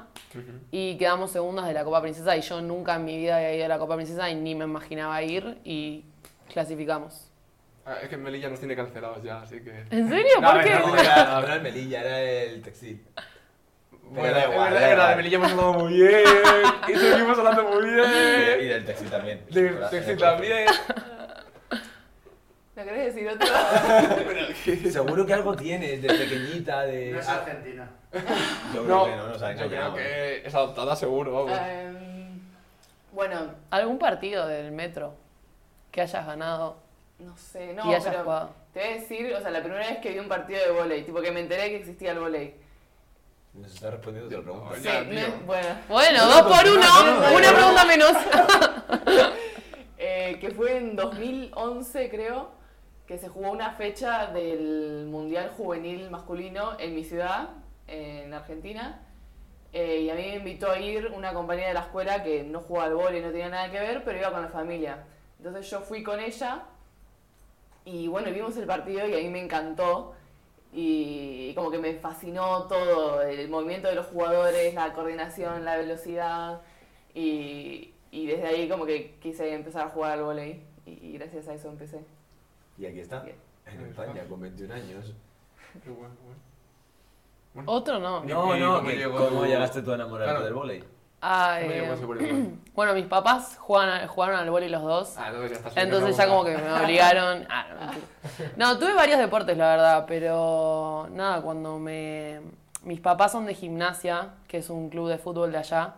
Speaker 4: y quedamos segundas de la Copa Princesa y yo nunca en mi vida había ido a la Copa Princesa y ni me imaginaba ir y clasificamos.
Speaker 3: Ah, es que Melilla nos tiene cancelados ya, así que.
Speaker 4: ¿En serio?
Speaker 2: No,
Speaker 4: ¿Por qué?
Speaker 3: eh,
Speaker 2: no, era, no era el Melilla, era el textil.
Speaker 3: Bueno,
Speaker 2: da
Speaker 3: es
Speaker 2: igual,
Speaker 3: verdad
Speaker 2: da
Speaker 3: que la de
Speaker 2: igual.
Speaker 3: Melilla hemos hablado muy bien. y seguimos hablando
Speaker 2: Y
Speaker 3: muy bien.
Speaker 2: del textil también.
Speaker 3: De
Speaker 2: Era-
Speaker 3: Texi
Speaker 2: era-
Speaker 3: también.
Speaker 6: ¿No querés decir otro?
Speaker 2: Seguro que algo tienes de pequeñita, de.
Speaker 7: No es
Speaker 2: Ah,
Speaker 7: Argentina.
Speaker 2: yo creo
Speaker 3: No,
Speaker 2: que no nos ha
Speaker 3: yo creo
Speaker 2: engañado.
Speaker 3: que es adoptada seguro, vamos.
Speaker 2: Ah, eh.
Speaker 6: Em, bueno,
Speaker 4: ¿Algún partido del metro que hayas ganado
Speaker 6: no sé, no,
Speaker 4: y hayas
Speaker 6: pero
Speaker 4: jugado?
Speaker 6: te voy a decir, o sea, la primera vez que vi un partido de volei, tipo que me enteré que existía el volei.
Speaker 2: Nos está respondiendo otra pregunta.
Speaker 3: Oye, Ya, tío.
Speaker 6: bueno,
Speaker 4: Bueno, dos por uno, una pregunta menos.
Speaker 6: eh, que fue en 2011 creo que se jugó una fecha del Mundial Juvenil Masculino en mi ciudad, en Argentina. Eh, y a mí me invitó a ir una compañera de la escuela que no jugaba al vóley, no tenía nada que ver, pero iba con la familia. Entonces yo fui con ella y bueno, y vimos el partido y a mí me encantó. Y como que me fascinó todo, el movimiento de los jugadores, la coordinación, la velocidad. Y, y desde ahí como que quise empezar a jugar al vóley y, y gracias a eso empecé.
Speaker 2: Y aquí está,
Speaker 6: Bien.
Speaker 2: en España, con 21 años.
Speaker 3: Qué bueno, bueno.
Speaker 4: Otro no.
Speaker 2: No,
Speaker 3: ¿Y
Speaker 2: no,
Speaker 3: cómo
Speaker 2: que-
Speaker 3: llegó-
Speaker 2: ¿cómo llegaste tú a enamorarte
Speaker 3: Claro.
Speaker 2: del volei?
Speaker 4: Ah,
Speaker 3: Oye,
Speaker 4: eh,
Speaker 3: pues, se pone mal.
Speaker 4: bueno, mis papás juegan a- jugaron al vóley los dos.
Speaker 3: Ah, entonces ya está.
Speaker 4: Entonces ya como que me obligaron. Ah, no, mentira. No, tuve varios deportes, la verdad, pero nada, cuando me. Mis papás son de gimnasia, que es un club de fútbol de allá.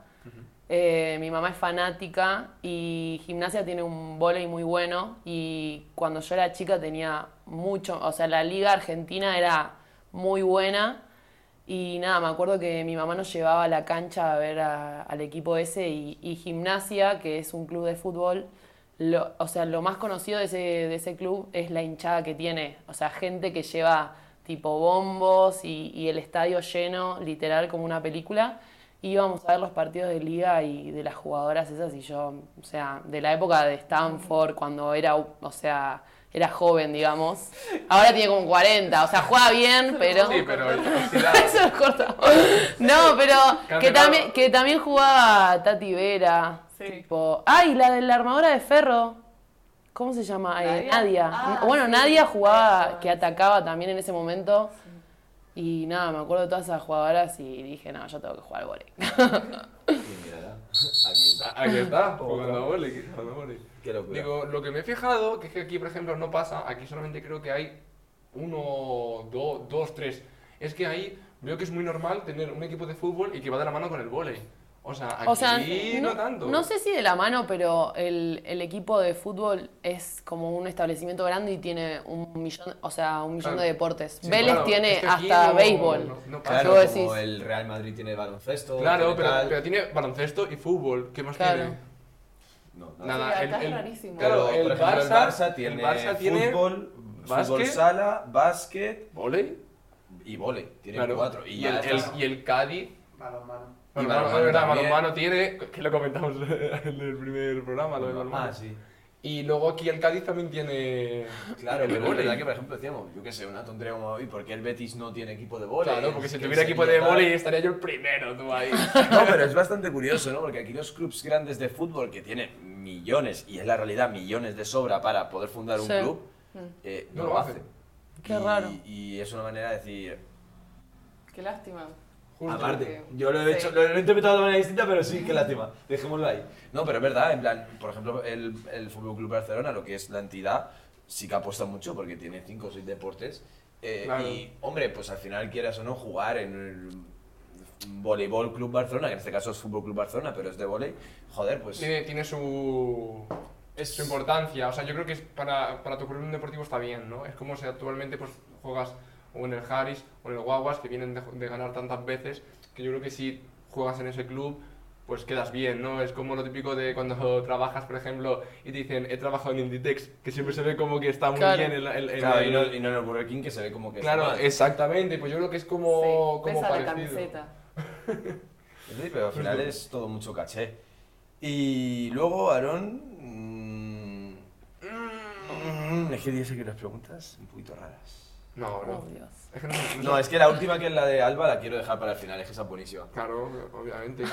Speaker 4: Eh, mi mamá es fanática y gimnasia tiene un vóley muy bueno. Y cuando yo era chica tenía mucho. O sea, la liga argentina era muy buena. Y nada, me acuerdo que mi mamá nos llevaba a la cancha a ver a- al equipo ese y, y gimnasia, que es un club de fútbol. Lo, o sea, lo más conocido de ese, de ese club es la hinchada que tiene. O sea, gente que lleva tipo bombos y, y el estadio lleno, literal, como una película. Íbamos a ver los partidos de liga y de las jugadoras esas y yo, o sea, de la época de Stanford, cuando era, o sea, era joven, digamos. Ahora tiene como 40, o sea, juega bien, pero...
Speaker 3: Sí, pero el-
Speaker 4: Eso lo cortamos. No, pero que
Speaker 3: Cancelado.
Speaker 4: también, que también jugaba Tati Vera.
Speaker 6: Sí.
Speaker 4: Tipo, ay, la de la armadura de ferro. ¿Cómo se llama? Eh, Nadia.
Speaker 6: Nadia. Ah,
Speaker 4: bueno,
Speaker 6: sí,
Speaker 4: Nadia
Speaker 6: Nadia
Speaker 4: jugaba,
Speaker 6: jugaba.
Speaker 4: que atacaba también en ese momento. Y nada, me acuerdo de todas esas jugadoras y dije, no, yo tengo que jugar al vóley.
Speaker 2: Y mírala, aquí está.
Speaker 3: Aquí está, jugando a vóley, jugando a vóley.
Speaker 2: Qué locura.
Speaker 3: Digo, lo que me he fijado, que es que aquí, por ejemplo, no pasa, aquí solamente creo que hay uno, do- dos, tres. Es que ahí veo que es muy normal tener un equipo de fútbol y que va de la mano con el vóley. O sea, aquí
Speaker 4: O sea,
Speaker 3: no, tanto.
Speaker 4: no sé si de la mano, pero el, el equipo de fútbol es como un establecimiento grande y tiene un millón, o sea, un millón
Speaker 3: Claro.
Speaker 4: de deportes.
Speaker 3: Sí,
Speaker 4: Vélez
Speaker 3: claro,
Speaker 4: tiene
Speaker 3: es que aquí
Speaker 4: hasta
Speaker 3: no-
Speaker 4: béisbol. Pues,
Speaker 3: no- no pasa.
Speaker 2: Claro,
Speaker 4: Vos
Speaker 2: como
Speaker 4: decís-
Speaker 2: el Real Madrid tiene baloncesto.
Speaker 3: Claro,
Speaker 2: tiene
Speaker 3: pero,
Speaker 2: tal.
Speaker 3: pero tiene baloncesto y fútbol. ¿Qué más
Speaker 4: Claro.
Speaker 3: tiene?
Speaker 2: No, nada.
Speaker 3: Nada,
Speaker 6: acá
Speaker 3: Ah, el,
Speaker 6: es
Speaker 3: el-
Speaker 6: rarísimo.
Speaker 3: Claro,
Speaker 2: Pero,
Speaker 3: el,
Speaker 2: por ejemplo,
Speaker 3: Barça,
Speaker 2: el Barça tiene
Speaker 3: el Barça tiene
Speaker 2: fútbol, fútbol
Speaker 3: básquet.
Speaker 2: sala, básquet
Speaker 3: vóley.
Speaker 2: y vole. Tiene
Speaker 3: claro.
Speaker 2: cuatro.
Speaker 3: Y, el, el- y el Cádiz.
Speaker 7: Balonmano.
Speaker 2: Y
Speaker 3: Balonmano,
Speaker 2: balonmano
Speaker 3: es verdad,
Speaker 2: también.
Speaker 3: balonmano tiene, que lo comentamos en el primer programa, lo de balonmano.
Speaker 2: Ah, sí.
Speaker 3: Y luego aquí el Cádiz también tiene.
Speaker 2: Claro,
Speaker 3: el
Speaker 2: pero es
Speaker 3: vóley.
Speaker 2: verdad que, por ejemplo, decíamos, yo qué sé, una tontería como hoy, ¿por qué el Betis no tiene equipo de vole?
Speaker 3: Claro, porque si
Speaker 2: Que
Speaker 3: tuviera
Speaker 2: el
Speaker 3: equipo de
Speaker 2: Sevilla tal.
Speaker 3: vóley estaría yo el primero, tú ahí.
Speaker 2: No, pero es bastante curioso, ¿no? Porque aquí los clubes grandes de fútbol que tienen millones, y es la realidad, millones de sobra para poder fundar un
Speaker 4: Sí. Mm.
Speaker 2: club, eh, no, lo hacen.
Speaker 4: Qué
Speaker 2: Y-
Speaker 4: raro.
Speaker 2: Y es una manera de decir.
Speaker 6: Qué lástima.
Speaker 3: Justo.
Speaker 2: Aparte,
Speaker 6: Sí.
Speaker 2: yo lo he,
Speaker 6: Sí.
Speaker 2: hecho, lo he interpretado de manera distinta, pero sí, qué lástima. Dejémoslo ahí. No, pero es verdad, en plan, por ejemplo, el, el Fútbol Club Barcelona, lo que es la entidad, sí que apuesta mucho porque tiene 5 o 6 deportes. eh,
Speaker 3: Claro.
Speaker 2: Y, hombre, pues al final quieras o no jugar en el Voleibol Club Barcelona, que en este caso es Fútbol Club Barcelona, pero es de volei, joder, pues.
Speaker 3: Tiene, tiene su,
Speaker 2: Es-
Speaker 3: su importancia. O sea, yo creo que es para, para tu currículum deportivo está bien, ¿no? Es como si actualmente pues, juegas o en el Harris o en el Guaguas, que vienen de, de ganar tantas veces, que yo creo que si juegas en ese club, pues quedas bien, ¿no? Es como lo típico de cuando trabajas, por ejemplo, y te dicen, he trabajado en Inditex, que siempre se ve como que está muy
Speaker 4: Claro.
Speaker 3: bien en, la- en- en
Speaker 2: Claro, y
Speaker 3: el-
Speaker 2: no, y no en el Burger King, que se ve como que. está
Speaker 3: Claro,
Speaker 2: mal.
Speaker 3: exactamente. Pues yo creo que es
Speaker 6: Sí,
Speaker 2: Oh,
Speaker 3: como, como
Speaker 6: pesa
Speaker 3: parecido.
Speaker 6: la camiseta.
Speaker 2: Sí, pero al final es todo mucho caché. Y luego, Aarón. mm, mm, es que tienes aquí unas preguntas un poquito raras.
Speaker 3: No,
Speaker 4: Oh,
Speaker 3: bro.
Speaker 4: Dios.
Speaker 3: Es que no se
Speaker 2: No, es que la última que es la de Alba la quiero dejar para el final, es que esa es buenísima.
Speaker 3: Claro, obviamente.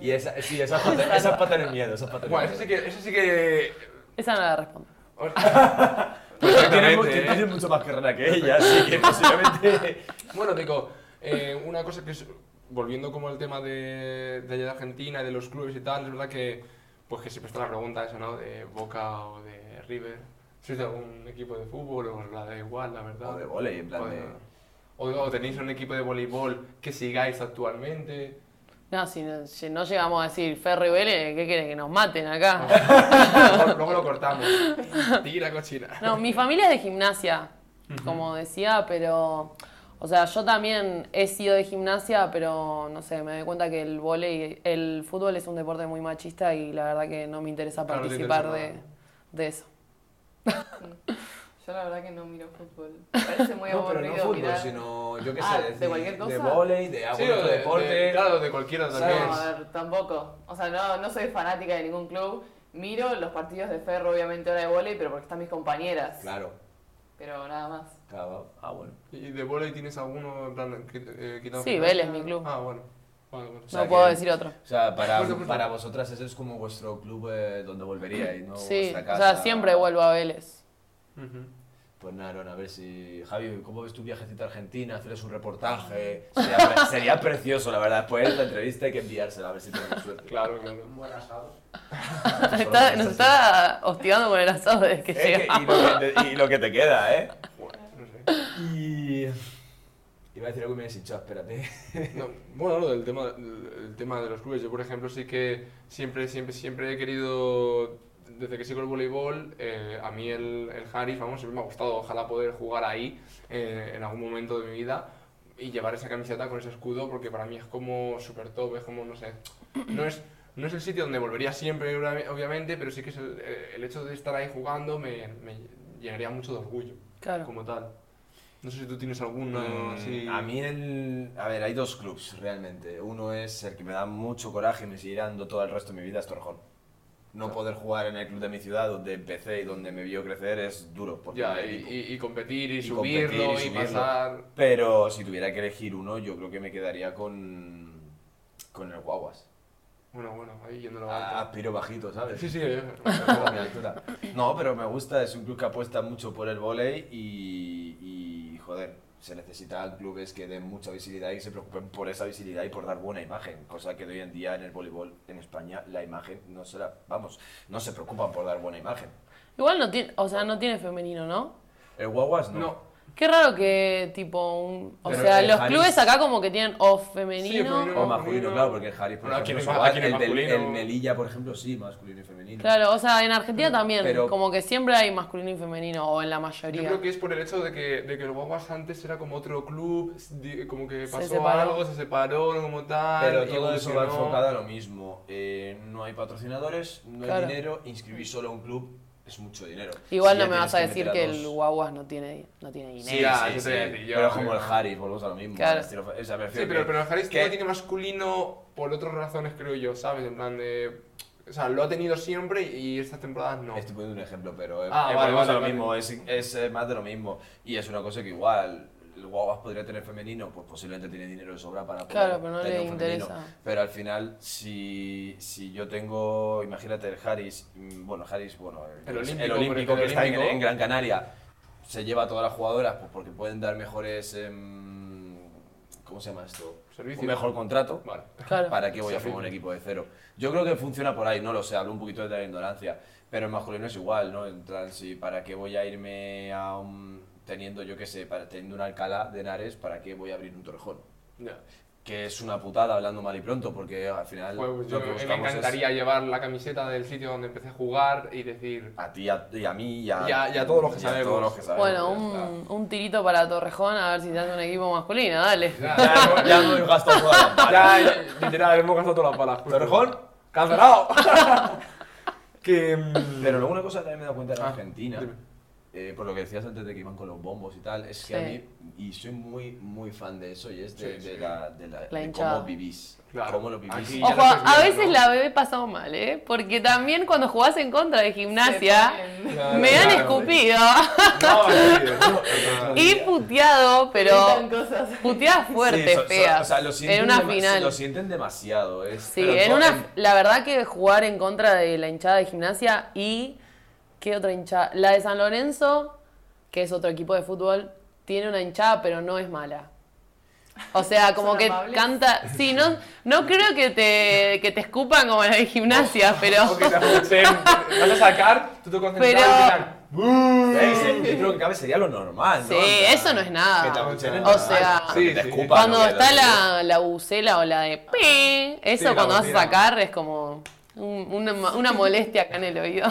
Speaker 2: Y esa, sí, esa es para tener- esa es para tener miedo, esa es para tener
Speaker 3: Bueno,
Speaker 2: miedo.
Speaker 3: eso sí que. Eso sí que...
Speaker 4: Esa no la respondo.
Speaker 2: Que tiene, mu- que
Speaker 3: Perfectamente, ¿eh?
Speaker 2: tiene mucho más carrera que ella, así que posiblemente...
Speaker 3: Bueno, digo, eh, una cosa que es, volviendo como al tema de, de allá de Argentina y de los clubes y tal, es verdad que, pues que siempre está la pregunta esa, ¿no? De Boca o de River. ¿Sois de algún equipo de fútbol o os la da igual, la verdad?
Speaker 2: O de vóley, en plan
Speaker 3: O de-
Speaker 2: de-
Speaker 3: O, o tenéis un equipo de voleibol que sigáis actualmente.
Speaker 4: No, si no, si no llegamos a decir Ferro y Vélez, ¿qué quieren? Que nos maten acá.
Speaker 3: luego, luego lo cortamos. Tira cochina.
Speaker 4: No, mi familia es de gimnasia, como decía, pero. O sea, yo también he sido de gimnasia, pero no sé, me doy cuenta que el volei, el fútbol es un deporte muy machista y la verdad que no me interesa
Speaker 3: Claro, no te
Speaker 4: participar
Speaker 3: interesa
Speaker 4: de,
Speaker 3: nada.
Speaker 4: de eso.
Speaker 6: Yo la verdad que no miro fútbol. Me parece muy
Speaker 2: No, pero
Speaker 6: aburrido
Speaker 2: no fútbol,
Speaker 6: mirar.
Speaker 2: sino, yo qué sé,
Speaker 6: Ah,
Speaker 2: de,
Speaker 6: ¿de cualquier cosa?
Speaker 2: de vóley, de algún
Speaker 3: o
Speaker 2: otro
Speaker 3: de-
Speaker 2: deporte.
Speaker 3: de- claro, de cualquiera también.
Speaker 6: No, a ver, tampoco. O sea, no, no soy fanática de ningún club. Miro los partidos de Ferro, obviamente, ahora de volei, pero porque están mis compañeras.
Speaker 2: Claro,
Speaker 6: Pero nada más.
Speaker 2: claro. Ah, bueno.
Speaker 3: ¿Y de volei tienes alguno en plan qui- eh, quitado?
Speaker 4: Sí, Vélez, mi club.
Speaker 3: Ah, bueno. Vale, bueno. pues,
Speaker 2: sea
Speaker 4: No puedo
Speaker 2: que-
Speaker 4: decir otro.
Speaker 2: O sea, para,
Speaker 3: Justo, justo.
Speaker 2: para vosotras ese es como vuestro club eh, donde volveríais, ¿no?
Speaker 4: Sí,
Speaker 2: Vuestra
Speaker 4: o sea,
Speaker 2: casa.
Speaker 4: siempre vuelvo a Vélez.
Speaker 3: Ujú.
Speaker 2: Pues nada, Aaron, a ver si... Javi, ¿cómo ves tu viajecito a Argentina? Hacerles un reportaje. Sería, pre- sería precioso, la verdad. Después de la entrevista hay que enviársela, a ver si tenemos suerte.
Speaker 3: Claro, claro.
Speaker 4: Está- nos está hostigando con el asado desde que
Speaker 2: Es que- y,
Speaker 4: llegamos.
Speaker 2: lo que te, y lo que te queda, ¿eh?
Speaker 3: No sé.
Speaker 2: Y... Iba a decir algo y me he deshinchado, espérate.
Speaker 3: No, bueno, lo del tema, el tema de los clubes. Yo, por ejemplo, sí que siempre, siempre, siempre he querido, desde que sigo el voleibol, eh, a mí el, el Harif, vamos, siempre me ha gustado. Ojalá poder jugar ahí eh, en algún momento de mi vida y llevar esa camiseta con ese escudo, porque para mí es como super top, es como, no sé, no es... No es el sitio donde volvería siempre, obvia- obviamente, pero sí que es el, eh, el hecho de estar ahí jugando me, me llenaría mucho de orgullo,
Speaker 4: Claro.
Speaker 3: como tal. No sé si tú tienes alguno
Speaker 2: Mm,
Speaker 3: así...
Speaker 2: A mí el... A ver, hay dos clubs realmente. Uno es el que me da mucho coraje y me seguirá dando todo el resto de mi vida, es Torjón. No poder jugar en el club de mi ciudad, donde empecé y donde me vio crecer, es duro. Porque
Speaker 3: Ya,
Speaker 2: el
Speaker 3: y,
Speaker 2: equipo-
Speaker 3: y- y competir y,
Speaker 2: Y competir
Speaker 3: subirlo y,
Speaker 2: y subirlo.
Speaker 3: pasar.
Speaker 2: Pero si tuviera que elegir uno, yo creo que me quedaría con, con el Guaguas.
Speaker 3: Bueno, bueno, ahí yendo
Speaker 2: A-
Speaker 3: la
Speaker 2: Aspiro bajito, ¿sabes?
Speaker 3: Sí, sí, eh.
Speaker 2: Por mi altura. No, pero me gusta, es un club que apuesta mucho por el vóley y, y, joder, se necesitan clubes que den mucha visibilidad y que se preocupen por esa visibilidad y por dar buena imagen, cosa que de hoy en día en el voleibol en España la imagen no se la, vamos, no se preocupan por dar buena imagen.
Speaker 4: Igual no tiene, o sea, no tiene femenino, ¿no?
Speaker 2: El Guaguas no.
Speaker 3: No,
Speaker 4: Qué raro que tipo un, o
Speaker 2: Pero
Speaker 4: sea,
Speaker 2: el
Speaker 4: los
Speaker 2: Haris-
Speaker 4: clubes acá como que tienen off
Speaker 3: Sí,
Speaker 4: femenino.
Speaker 3: femenino.
Speaker 2: O masculino, claro, porque el Harris, por
Speaker 3: Bueno, aquí
Speaker 2: ejemplo,
Speaker 3: no es
Speaker 2: su
Speaker 3: ma-
Speaker 2: hogar,
Speaker 3: aquí no es
Speaker 2: el, del-
Speaker 3: masculino.
Speaker 2: el Melilla, por ejemplo, sí, masculino y femenino.
Speaker 4: Claro, o sea, en Argentina también,
Speaker 2: Pero-
Speaker 4: como que siempre hay masculino y femenino, o en la
Speaker 3: yo
Speaker 4: mayoría.
Speaker 3: creo que es por el hecho de que, de que el Guaguas antes era como otro club, di- como que
Speaker 4: Se
Speaker 3: pasó
Speaker 4: separó.
Speaker 3: algo, se separó como tal.
Speaker 2: Pero todo eso va
Speaker 3: evolucionó.
Speaker 2: enfocado a lo mismo. Eh, no hay patrocinadores, no
Speaker 4: Claro.
Speaker 2: hay dinero, inscribir solo a un club es mucho dinero.
Speaker 4: Igual
Speaker 2: Si
Speaker 4: no
Speaker 2: ya
Speaker 4: me vas a
Speaker 2: tienes
Speaker 4: decir
Speaker 2: meter
Speaker 4: que
Speaker 2: a
Speaker 4: el
Speaker 2: dos-
Speaker 4: guaguas no tiene, no tiene
Speaker 2: Sí,
Speaker 4: dinero.
Speaker 3: Ya,
Speaker 2: sí,
Speaker 3: eso
Speaker 2: sí.
Speaker 3: te voy a decir yo,
Speaker 2: Pero como el
Speaker 3: pero-
Speaker 2: Harris, volvemos a lo mismo.
Speaker 4: Claro.
Speaker 2: al estilo- o sea, me
Speaker 3: Sí,
Speaker 2: refiero
Speaker 3: pero,
Speaker 2: que-
Speaker 3: pero el Harris
Speaker 2: que-
Speaker 3: tiene masculino por otras razones, creo yo, ¿sabes? En plan de. O sea, lo ha tenido siempre y estas temporadas no.
Speaker 2: Estoy poniendo un ejemplo, pero es
Speaker 3: Ah,
Speaker 2: es
Speaker 3: vale,
Speaker 2: volvemos
Speaker 3: vale,
Speaker 2: a lo
Speaker 3: vale.
Speaker 2: mismo, es, es, eh, más de lo mismo. Y es una cosa que igual el Guaguas podría tener femenino, pues posiblemente tiene dinero de sobra para poder
Speaker 4: Claro, pero no
Speaker 2: tener
Speaker 4: le
Speaker 2: un femenino.
Speaker 4: interesa.
Speaker 2: Pero al final, si, si yo tengo, imagínate el Harris, mm, bueno, Harris, bueno,
Speaker 3: El
Speaker 2: el,
Speaker 3: Olímpico,
Speaker 2: el
Speaker 3: por
Speaker 2: Olímpico
Speaker 3: ejemplo,
Speaker 2: que
Speaker 3: el
Speaker 2: está en,
Speaker 3: Olímpico.
Speaker 2: en Gran Canaria, se lleva a todas las jugadoras pues porque pueden dar mejores, em, ¿cómo se llama esto?
Speaker 3: Servicio.
Speaker 2: Un mejor contrato.
Speaker 3: Vale.
Speaker 4: Claro.
Speaker 2: ¿Para qué voy a
Speaker 3: Sí,
Speaker 2: formar un
Speaker 3: sí.
Speaker 2: equipo de cero? Yo creo que funciona por ahí, no lo sé, hablo un poquito de la ignorancia, pero el masculino es igual, ¿no? En plan, si ¿para qué voy a irme a un... teniendo, yo qué sé, para, teniendo un Alcalá de Henares, ¿para qué voy a abrir un Torrejón?
Speaker 3: Ya.
Speaker 2: Que es una putada hablando mal y pronto, porque al final
Speaker 3: Pues, pues,
Speaker 2: lo
Speaker 3: yo-
Speaker 2: que
Speaker 3: me
Speaker 2: buscamos
Speaker 3: encantaría llevar la camiseta del sitio donde empecé a jugar y decir.
Speaker 2: es a ti a- y a mí y a,
Speaker 3: Y a- y a todos los que
Speaker 2: y a
Speaker 3: sabemos.
Speaker 2: todos los que sabemos,
Speaker 4: Bueno,
Speaker 2: ya está.
Speaker 4: un, un tirito para Torrejón a ver si te hace un equipo masculino, dale.
Speaker 2: Ya, ya me he gastado todas las balas.
Speaker 3: Ya, literal, hemos gastado todas las balas. justo.
Speaker 2: Torrejón,
Speaker 3: ¡Cancelado! que. mm,
Speaker 2: mm, Pero luego una cosa que también me he dado cuenta en
Speaker 3: Ah,
Speaker 2: Argentina
Speaker 3: dime.
Speaker 2: eh, por lo que decías antes de que iban con los bombos y tal, es que a
Speaker 4: Sí.
Speaker 2: mí, y soy muy, muy fan de eso, y es de,
Speaker 3: Sí,
Speaker 2: de
Speaker 3: sí.
Speaker 2: la, de la-
Speaker 4: La
Speaker 2: de
Speaker 4: hinchada. Oh,
Speaker 2: cómo vivís,
Speaker 3: Claro.
Speaker 2: cómo lo vivís.
Speaker 3: Aquí- Y ya
Speaker 4: Ojo,
Speaker 3: lo estás
Speaker 4: a
Speaker 3: viendo,
Speaker 4: veces
Speaker 3: ¿no?
Speaker 4: la bebé pasado mal, ¿eh? Porque también cuando jugás en contra de gimnasia,
Speaker 3: Claro,
Speaker 4: me han
Speaker 3: claro.
Speaker 4: escupido
Speaker 3: No, no, no, no.
Speaker 4: y puteado, pero
Speaker 6: cosas.
Speaker 4: puteadas
Speaker 2: Sí,
Speaker 4: fuertes,
Speaker 2: so- so-
Speaker 4: feas.
Speaker 2: o sea, lo sienten
Speaker 4: en una
Speaker 2: demasi-
Speaker 4: final.
Speaker 2: Lo sienten demasiado. Es,
Speaker 4: Sí,
Speaker 2: pero
Speaker 4: en
Speaker 2: no-
Speaker 4: una, la verdad que jugar en contra de la hinchada de gimnasia y qué otra hinchada, la de San Lorenzo, que es otro equipo de fútbol, tiene una hinchada pero no es mala. O sea, como
Speaker 6: Son
Speaker 4: que
Speaker 6: amables.
Speaker 4: canta, sí, no, no creo que te, que te escupan como la de gimnasia, pero
Speaker 3: Porque te ajusten. Vas a sacar, tú te concentras
Speaker 4: Pero-
Speaker 3: y te dan-
Speaker 2: Eh, se- dentro de lo que cabe sería lo normal, ¿no?
Speaker 4: sí,
Speaker 2: En plan,
Speaker 4: eso no es
Speaker 2: que te
Speaker 4: nada.
Speaker 2: abucheen
Speaker 4: O
Speaker 2: en-
Speaker 4: sea,
Speaker 2: que te
Speaker 3: Sí, sí.
Speaker 2: escupan,
Speaker 4: Cuando
Speaker 2: ¿no?
Speaker 4: está
Speaker 2: Que-
Speaker 4: la, la bucela o la de pi, eso
Speaker 3: la
Speaker 4: cuando vas a
Speaker 3: bucela.
Speaker 4: sacar es como un- una, una molestia acá en el oído.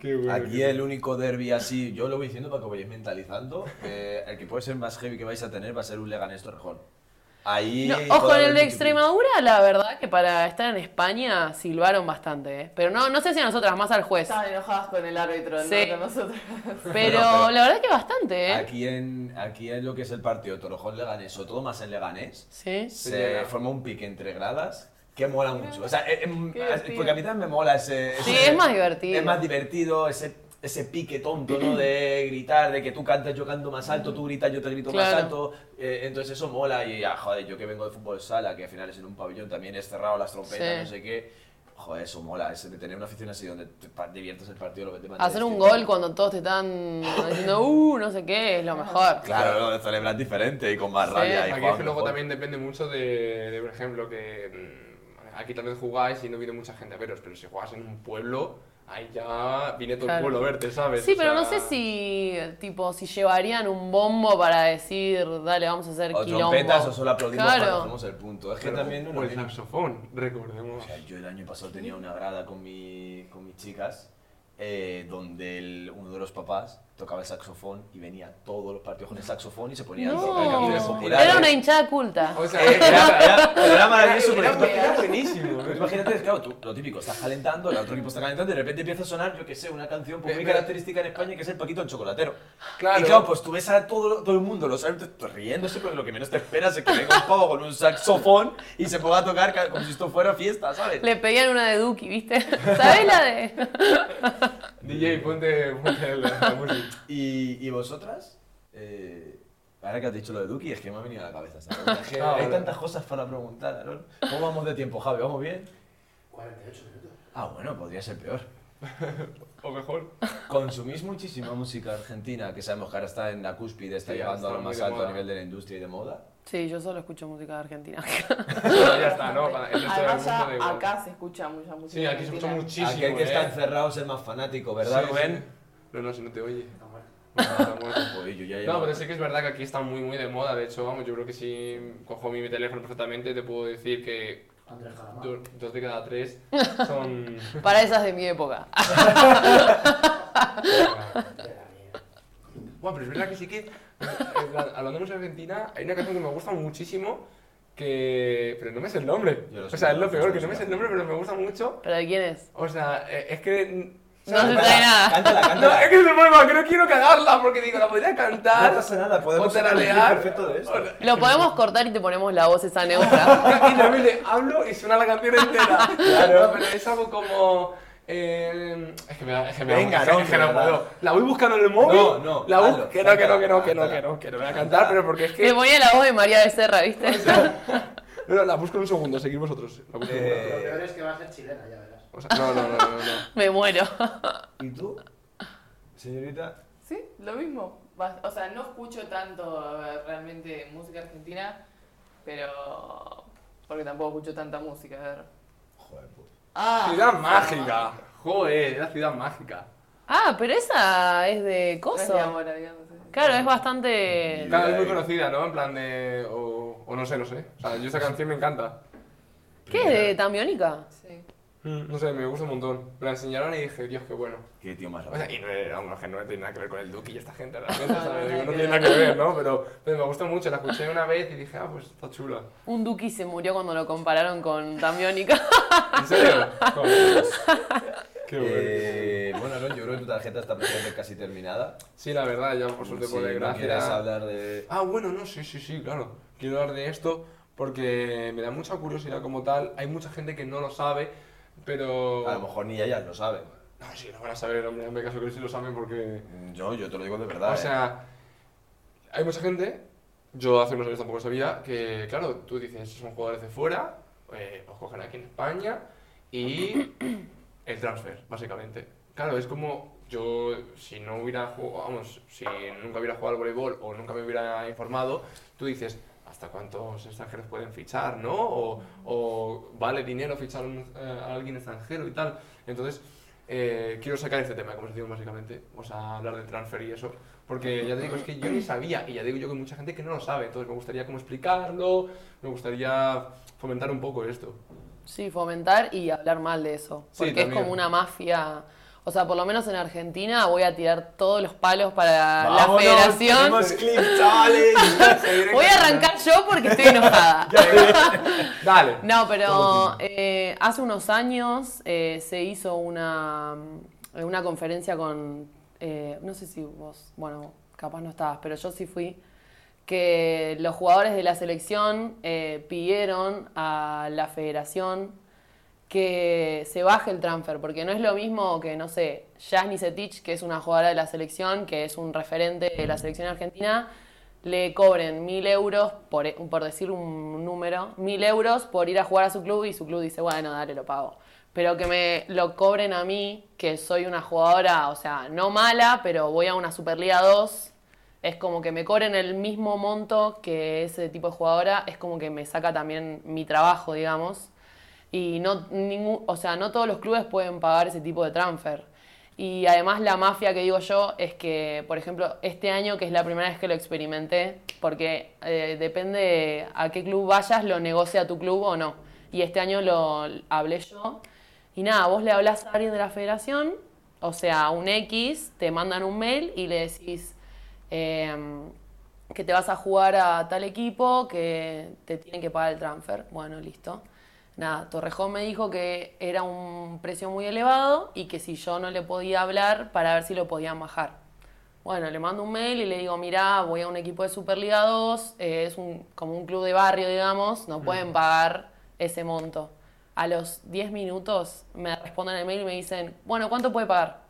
Speaker 3: Qué bueno.
Speaker 2: Aquí el único derby así, yo lo voy diciendo para que vayáis mentalizando, que el que puede ser más heavy que vais a tener va a ser un Leganés Torrejón. Ahí...
Speaker 4: No,
Speaker 2: puede
Speaker 4: ojo, en
Speaker 2: haber
Speaker 4: el de
Speaker 2: mucho-
Speaker 4: Extremadura, la verdad que para estar en España silbaron bastante, ¿eh? Pero no, no sé si a nosotras, más al juez.
Speaker 6: Estaban enojadas con el árbitro,
Speaker 4: Sí.
Speaker 6: no con nosotros.
Speaker 4: Pero
Speaker 2: pero-
Speaker 4: la verdad que bastante, ¿eh?
Speaker 2: Aquí en, aquí en lo que es el partido Torrejón-Leganés, o todo más en Leganés,
Speaker 4: Sí.
Speaker 2: se forma un pique entre gradas que mola mucho. O sea, eh, em,
Speaker 6: Qué divertido.
Speaker 2: porque a mí también me mola ese...
Speaker 4: Sí,
Speaker 2: ese-
Speaker 4: es más divertido.
Speaker 2: Es más divertido ese, ese pique tonto, ¿no? De gritar, de que tú cantas, yo canto más alto, tú gritas, yo te grito más
Speaker 4: Claro.
Speaker 2: alto. Eh, entonces eso mola y, ah, joder, yo que vengo de fútbol sala, que al final es en un pabellón, también es cerrado las trompetas,
Speaker 4: Sí.
Speaker 2: no sé qué. Joder, eso mola, ese de tener una afición así donde te pa- diviertes el partido, lo ves de manera
Speaker 4: Hacer un
Speaker 2: distinta.
Speaker 4: gol cuando todos te están diciendo, uh, no sé qué, es lo mejor.
Speaker 2: Claro, lo de celebrar diferente y con más
Speaker 4: Sí.
Speaker 2: rabia. y
Speaker 3: Aquí es
Speaker 2: jugar
Speaker 3: que luego
Speaker 2: mejor.
Speaker 3: también depende mucho de, de, por ejemplo, que mm, aquí tal vez jugáis y no viene mucha gente a veros, pero si juegas en un pueblo, ahí ya viene todo
Speaker 4: Claro.
Speaker 3: el pueblo a verte, ¿sabes?
Speaker 4: Sí,
Speaker 3: O
Speaker 4: pero no
Speaker 3: sea,
Speaker 4: sé si, tipo, si llevarían un bombo para decir, dale, vamos a hacer
Speaker 2: O
Speaker 4: quilombo.
Speaker 2: trompetas o solo aplaudimos cuando
Speaker 4: Claro.
Speaker 2: hacemos el punto. Es que
Speaker 3: pero-
Speaker 2: también no
Speaker 3: o
Speaker 2: lo
Speaker 3: el
Speaker 2: mismo.
Speaker 3: saxofón, recordemos.
Speaker 2: O sea, yo el año pasado tenía una grada con, mi, con mis chicas eh, donde el- uno de los papás tocaba el saxofón y venía a todos los partidos con el saxofón y se ponía a tocar canciones
Speaker 4: No,
Speaker 2: populares.
Speaker 4: era una hinchada culta.
Speaker 3: O sea,
Speaker 2: Eh, era, era- pero era maravilloso,
Speaker 3: era-
Speaker 2: porque
Speaker 3: era buenísimo.
Speaker 2: tú- imagínate, claro, tú, lo típico, estás calentando, el otro equipo está calentando y de repente empieza a sonar, yo que sé, una canción pues, muy
Speaker 3: Ve- ve-
Speaker 2: característica en España que es el Paquito el Chocolatero.
Speaker 3: Claro.
Speaker 2: Y claro, pues tú ves a todo, todo el mundo, los árbitros riéndose, pero lo que menos te esperas es que venga un pavo con un saxofón y se ponga a tocar ca- como si esto fuera fiesta, ¿sabes?
Speaker 4: Le pedían una de Duki, ¿viste? ¿Sabes la de...?
Speaker 3: DJ, ponte, ponte la, la música.
Speaker 2: ¿Y, y vosotras? Eh, ahora que has dicho lo de Duki, es que me ha venido a la cabeza. esa pregunta. Es que
Speaker 3: Ah,
Speaker 2: hay
Speaker 3: vale.
Speaker 2: tantas cosas para preguntar, Aaron. ¿Cómo vamos de tiempo, Javi? ¿Vamos bien? 48 minutos. Ah, bueno, podría ser peor.
Speaker 3: O mejor.
Speaker 2: Consumís muchísima música argentina, que sabemos que ahora está en la cúspide, está
Speaker 3: Sí,
Speaker 2: llegando
Speaker 3: está
Speaker 2: a lo
Speaker 3: muy
Speaker 2: más
Speaker 3: de
Speaker 2: alto a
Speaker 3: moda.
Speaker 2: nivel de la industria y de moda.
Speaker 4: Sí, yo solo escucho música de Argentina.
Speaker 3: ya está, ¿no? Para el resto del
Speaker 6: Además,
Speaker 3: mundo da
Speaker 6: ya
Speaker 3: igual.
Speaker 6: acá se escucha mucha música.
Speaker 3: Sí, aquí se escucha
Speaker 6: argentina.
Speaker 3: muchísimo.
Speaker 2: Aquel que
Speaker 3: ¿eh?
Speaker 2: está encerrado es el más fanático, ¿verdad,
Speaker 3: Sí, sí.
Speaker 2: Rubén?
Speaker 3: No, no, si no te oye. No, está muerto.
Speaker 2: Joder, yo ya
Speaker 3: No,
Speaker 2: llevo-
Speaker 3: pero sí que es verdad que aquí está muy, muy de moda. De hecho, vamos, yo creo que si cojo mi teléfono perfectamente, te puedo decir que do- dos de cada tres son.
Speaker 4: Para esas de mi época.
Speaker 3: Bueno, pero es verdad que sí que. en plan, Hablando mucho de Argentina, hay una canción que me gusta muchísimo. Que. Pero no me sé el nombre.
Speaker 2: Yo lo
Speaker 3: O
Speaker 2: sé,
Speaker 3: sea, es
Speaker 2: no,
Speaker 3: lo
Speaker 2: no
Speaker 3: peor,
Speaker 2: sé
Speaker 3: que no me
Speaker 2: música.
Speaker 3: sé el nombre, pero me gusta mucho.
Speaker 4: ¿Pero de quién es?
Speaker 3: O sea, eh, es que.
Speaker 4: No se trae nada.
Speaker 2: Cántala,
Speaker 3: No,
Speaker 2: cántala.
Speaker 3: es que es el problema, que no quiero cagarla, porque digo, la podría
Speaker 2: No
Speaker 3: cantar.
Speaker 2: pasa nada, podemos
Speaker 3: o
Speaker 2: sacar un clip
Speaker 3: tararear,
Speaker 2: perfecto de esto.
Speaker 3: o-
Speaker 4: Lo podemos cortar y te ponemos la voz esa neutra.
Speaker 3: Y de repente hablo y suena la canción entera. Claro. Pero es algo como. eh, es que me da. Es que me da-
Speaker 2: Venga,
Speaker 3: es que-
Speaker 2: no,
Speaker 3: es que
Speaker 2: de
Speaker 3: no
Speaker 2: verdad.
Speaker 3: puedo. La voy buscando en el móvil.
Speaker 2: No, no,
Speaker 3: La bus-
Speaker 2: hazlo,
Speaker 3: que no, que no,
Speaker 2: cántala,
Speaker 3: que no, que no,
Speaker 2: cántala.
Speaker 3: que no, que no voy a cantar, pero porque es
Speaker 4: Le
Speaker 3: que.
Speaker 4: ponía la voz de María Becerra, ¿viste?
Speaker 3: No, no, la busco en un segundo, seguid vosotros. La busco en un
Speaker 2: Eh,
Speaker 3: segundo.
Speaker 7: Lo peor es que va a ser chilena, ya verás.
Speaker 3: O sea, no, no, no, no, no.
Speaker 4: Me muero.
Speaker 2: ¿Y tú, señorita?
Speaker 6: Sí, lo mismo. Bas- O sea, no escucho tanto eh, realmente música argentina, pero. Porque tampoco escucho tanta música, a ver.
Speaker 2: Joder, puta.
Speaker 6: ¡Ah!
Speaker 3: Ciudad mágica. Joder, era ciudad mágica.
Speaker 4: Ah, pero esa es de
Speaker 6: No es de
Speaker 4: Coso.
Speaker 6: ahora, digamos. eh.
Speaker 4: Claro, es bastante...
Speaker 3: Claro, es muy
Speaker 2: ahí.
Speaker 3: conocida, ¿no? En plan de. O, o no sé, no sé. O sea, yo esta canción me encanta.
Speaker 4: ¿Qué es de Tambiónica?
Speaker 6: Sí.
Speaker 2: Mm.
Speaker 3: No sé, me gusta un montón. Me la enseñaron y dije, Dios, qué bueno.
Speaker 2: Qué tío más
Speaker 3: O
Speaker 2: raro.
Speaker 3: sea, y no, era- vamos, que no tiene nada que ver con el Duki y esta gente, realmente,
Speaker 6: No, no,
Speaker 3: ¿sabes?
Speaker 6: nada
Speaker 3: Digo, No,
Speaker 6: que
Speaker 3: tiene
Speaker 6: ver.
Speaker 3: nada que ver, ¿no? Pero, pero me gustó mucho, la escuché una vez y dije, ah, pues está chula.
Speaker 4: Un Duki se murió cuando lo compararon con Tambiónica.
Speaker 3: ¿En serio? Joder. Qué bueno.
Speaker 2: Eh, bueno, Aaron, yo creo que tu tarjeta está prácticamente casi terminada.
Speaker 3: Sí, la verdad, ya por suerte
Speaker 2: Si
Speaker 3: por
Speaker 2: no quieres
Speaker 3: desgracia.
Speaker 2: hablar de...
Speaker 3: Ah, bueno, no, sí, sí, sí, claro. Quiero hablar de esto porque me da mucha curiosidad como tal. Hay mucha gente que no lo sabe, pero...
Speaker 2: A lo mejor ni ellas lo saben.
Speaker 3: No, sí, lo van a saber, hombre, hazme caso que sí lo saben porque...
Speaker 2: Mm, Yo, yo te lo digo de verdad.
Speaker 3: O
Speaker 2: ¿eh?
Speaker 3: sea, hay mucha gente, yo hace unos años tampoco sabía, que claro, tú dices, son jugadores de fuera, eh, los cogen aquí en España y el transfer, básicamente. Claro, es como yo, si no hubiera jugado, vamos, si nunca hubiera jugado al voleibol o nunca me hubiera informado, tú dices, ¿hasta cuántos extranjeros pueden fichar, no? O, o vale dinero fichar un- eh, a alguien extranjero y tal. Entonces, eh, quiero sacar este tema de conversación, básicamente. Vamos a hablar del transfer y eso. Porque ya te digo, es que yo ni sabía, y ya digo yo que hay mucha gente que no lo sabe. Entonces, me gustaría como explicarlo, me gustaría fomentar un poco esto.
Speaker 4: Sí, fomentar y hablar mal de eso.
Speaker 3: Sí,
Speaker 4: Porque es
Speaker 3: también.
Speaker 4: como una mafia. O sea, por lo menos en Argentina voy a tirar todos los palos para
Speaker 2: ¡Vámonos!
Speaker 4: la federación.
Speaker 2: ¡Tenemos clip, chavales!
Speaker 4: Voy a arrancar yo porque estoy enojada.
Speaker 3: Dale.
Speaker 4: No, pero eh, hace unos años eh, se hizo una, mm, una conferencia con, eh, no sé si vos, bueno, capaz no estabas, pero yo sí fui, que los jugadores de la selección eh, pidieron a la federación que se baje el transfer, porque no es lo mismo que, no sé, Jasni Setich, que es una jugadora de la selección, que es un referente de la selección argentina, le cobren mil euros, por, por decir un número, mil euros por ir a jugar a su club y su club dice, bueno, dale, lo pago. Pero que me lo cobren a mí, que soy una jugadora, o sea, no mala, pero voy a una Superliga 2, es como que me cobren el mismo monto que ese tipo de jugadora, es como que me saca también mi trabajo, digamos y no ningún, o sea, no todos los clubes pueden pagar ese tipo de transfer. Y además la mafia que digo yo es que, por ejemplo, este año que es la primera vez que lo experimenté, porque eh, depende a qué club vayas, lo negocia tu club o no. Y este año lo hablé yo. Y nada, vos le hablas a alguien de la federación, o sea, un X, te mandan un mail y le decís, em, que te vas a jugar a tal equipo que te tienen que pagar el transfer. Bueno, listo. Nada, Torrejón me dijo que era un precio muy elevado y que si yo no le podía hablar para ver si lo podían bajar. Bueno, le mando un mail y le digo, mirá, voy a un equipo de Superliga 2, eh, es un, como un club de barrio, digamos, no pueden pagar ese monto. A los 10 minutos me responden el mail y me dicen, bueno, ¿cuánto puede pagar?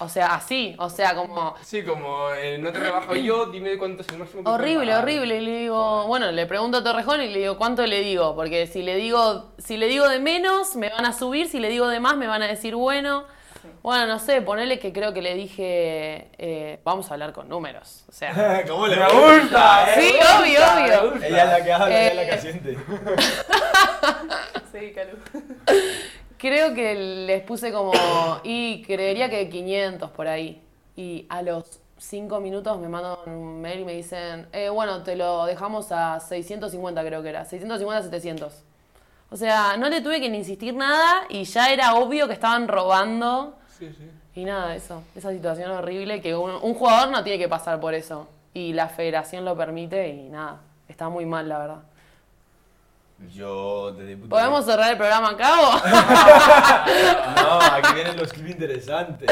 Speaker 4: O sea, así, o sea, como...
Speaker 3: Sí, como eh, no te rebajo yo, dime cuánto es el máximo. que puedo
Speaker 4: Horrible,
Speaker 3: pagar.
Speaker 4: horrible. Y le digo, bueno, le pregunto a Torrejón y le digo, ¿cuánto le digo? Porque si le digo, si le digo de menos, me van a subir, si le digo de más, me van a decir bueno. Bueno, no sé, ponele que creo que le dije, eh, vamos a hablar con números. O sea,
Speaker 2: ¿Cómo le gusta?
Speaker 4: sí, obvio, obvio.
Speaker 2: Ella es la que habla, ella es la
Speaker 4: Eh,
Speaker 2: que siente.
Speaker 6: Sí, Calu.
Speaker 4: Creo que les puse como, y creería que 500 por ahí. Y a los 5 minutos me mandan un mail y me dicen, eh, bueno, te lo dejamos a 650 creo que era, 650, 700. O sea, no le tuve que ni insistir nada y ya era obvio que estaban robando
Speaker 3: Sí, sí.
Speaker 4: y nada, eso. Esa situación horrible que uno- un jugador no tiene que pasar por eso. Y la federación lo permite y nada, está muy mal la verdad.
Speaker 2: Yo, desde mi punto de
Speaker 4: ¿Podemos cerrar el programa a cabo?
Speaker 2: No, aquí vienen los clips interesantes.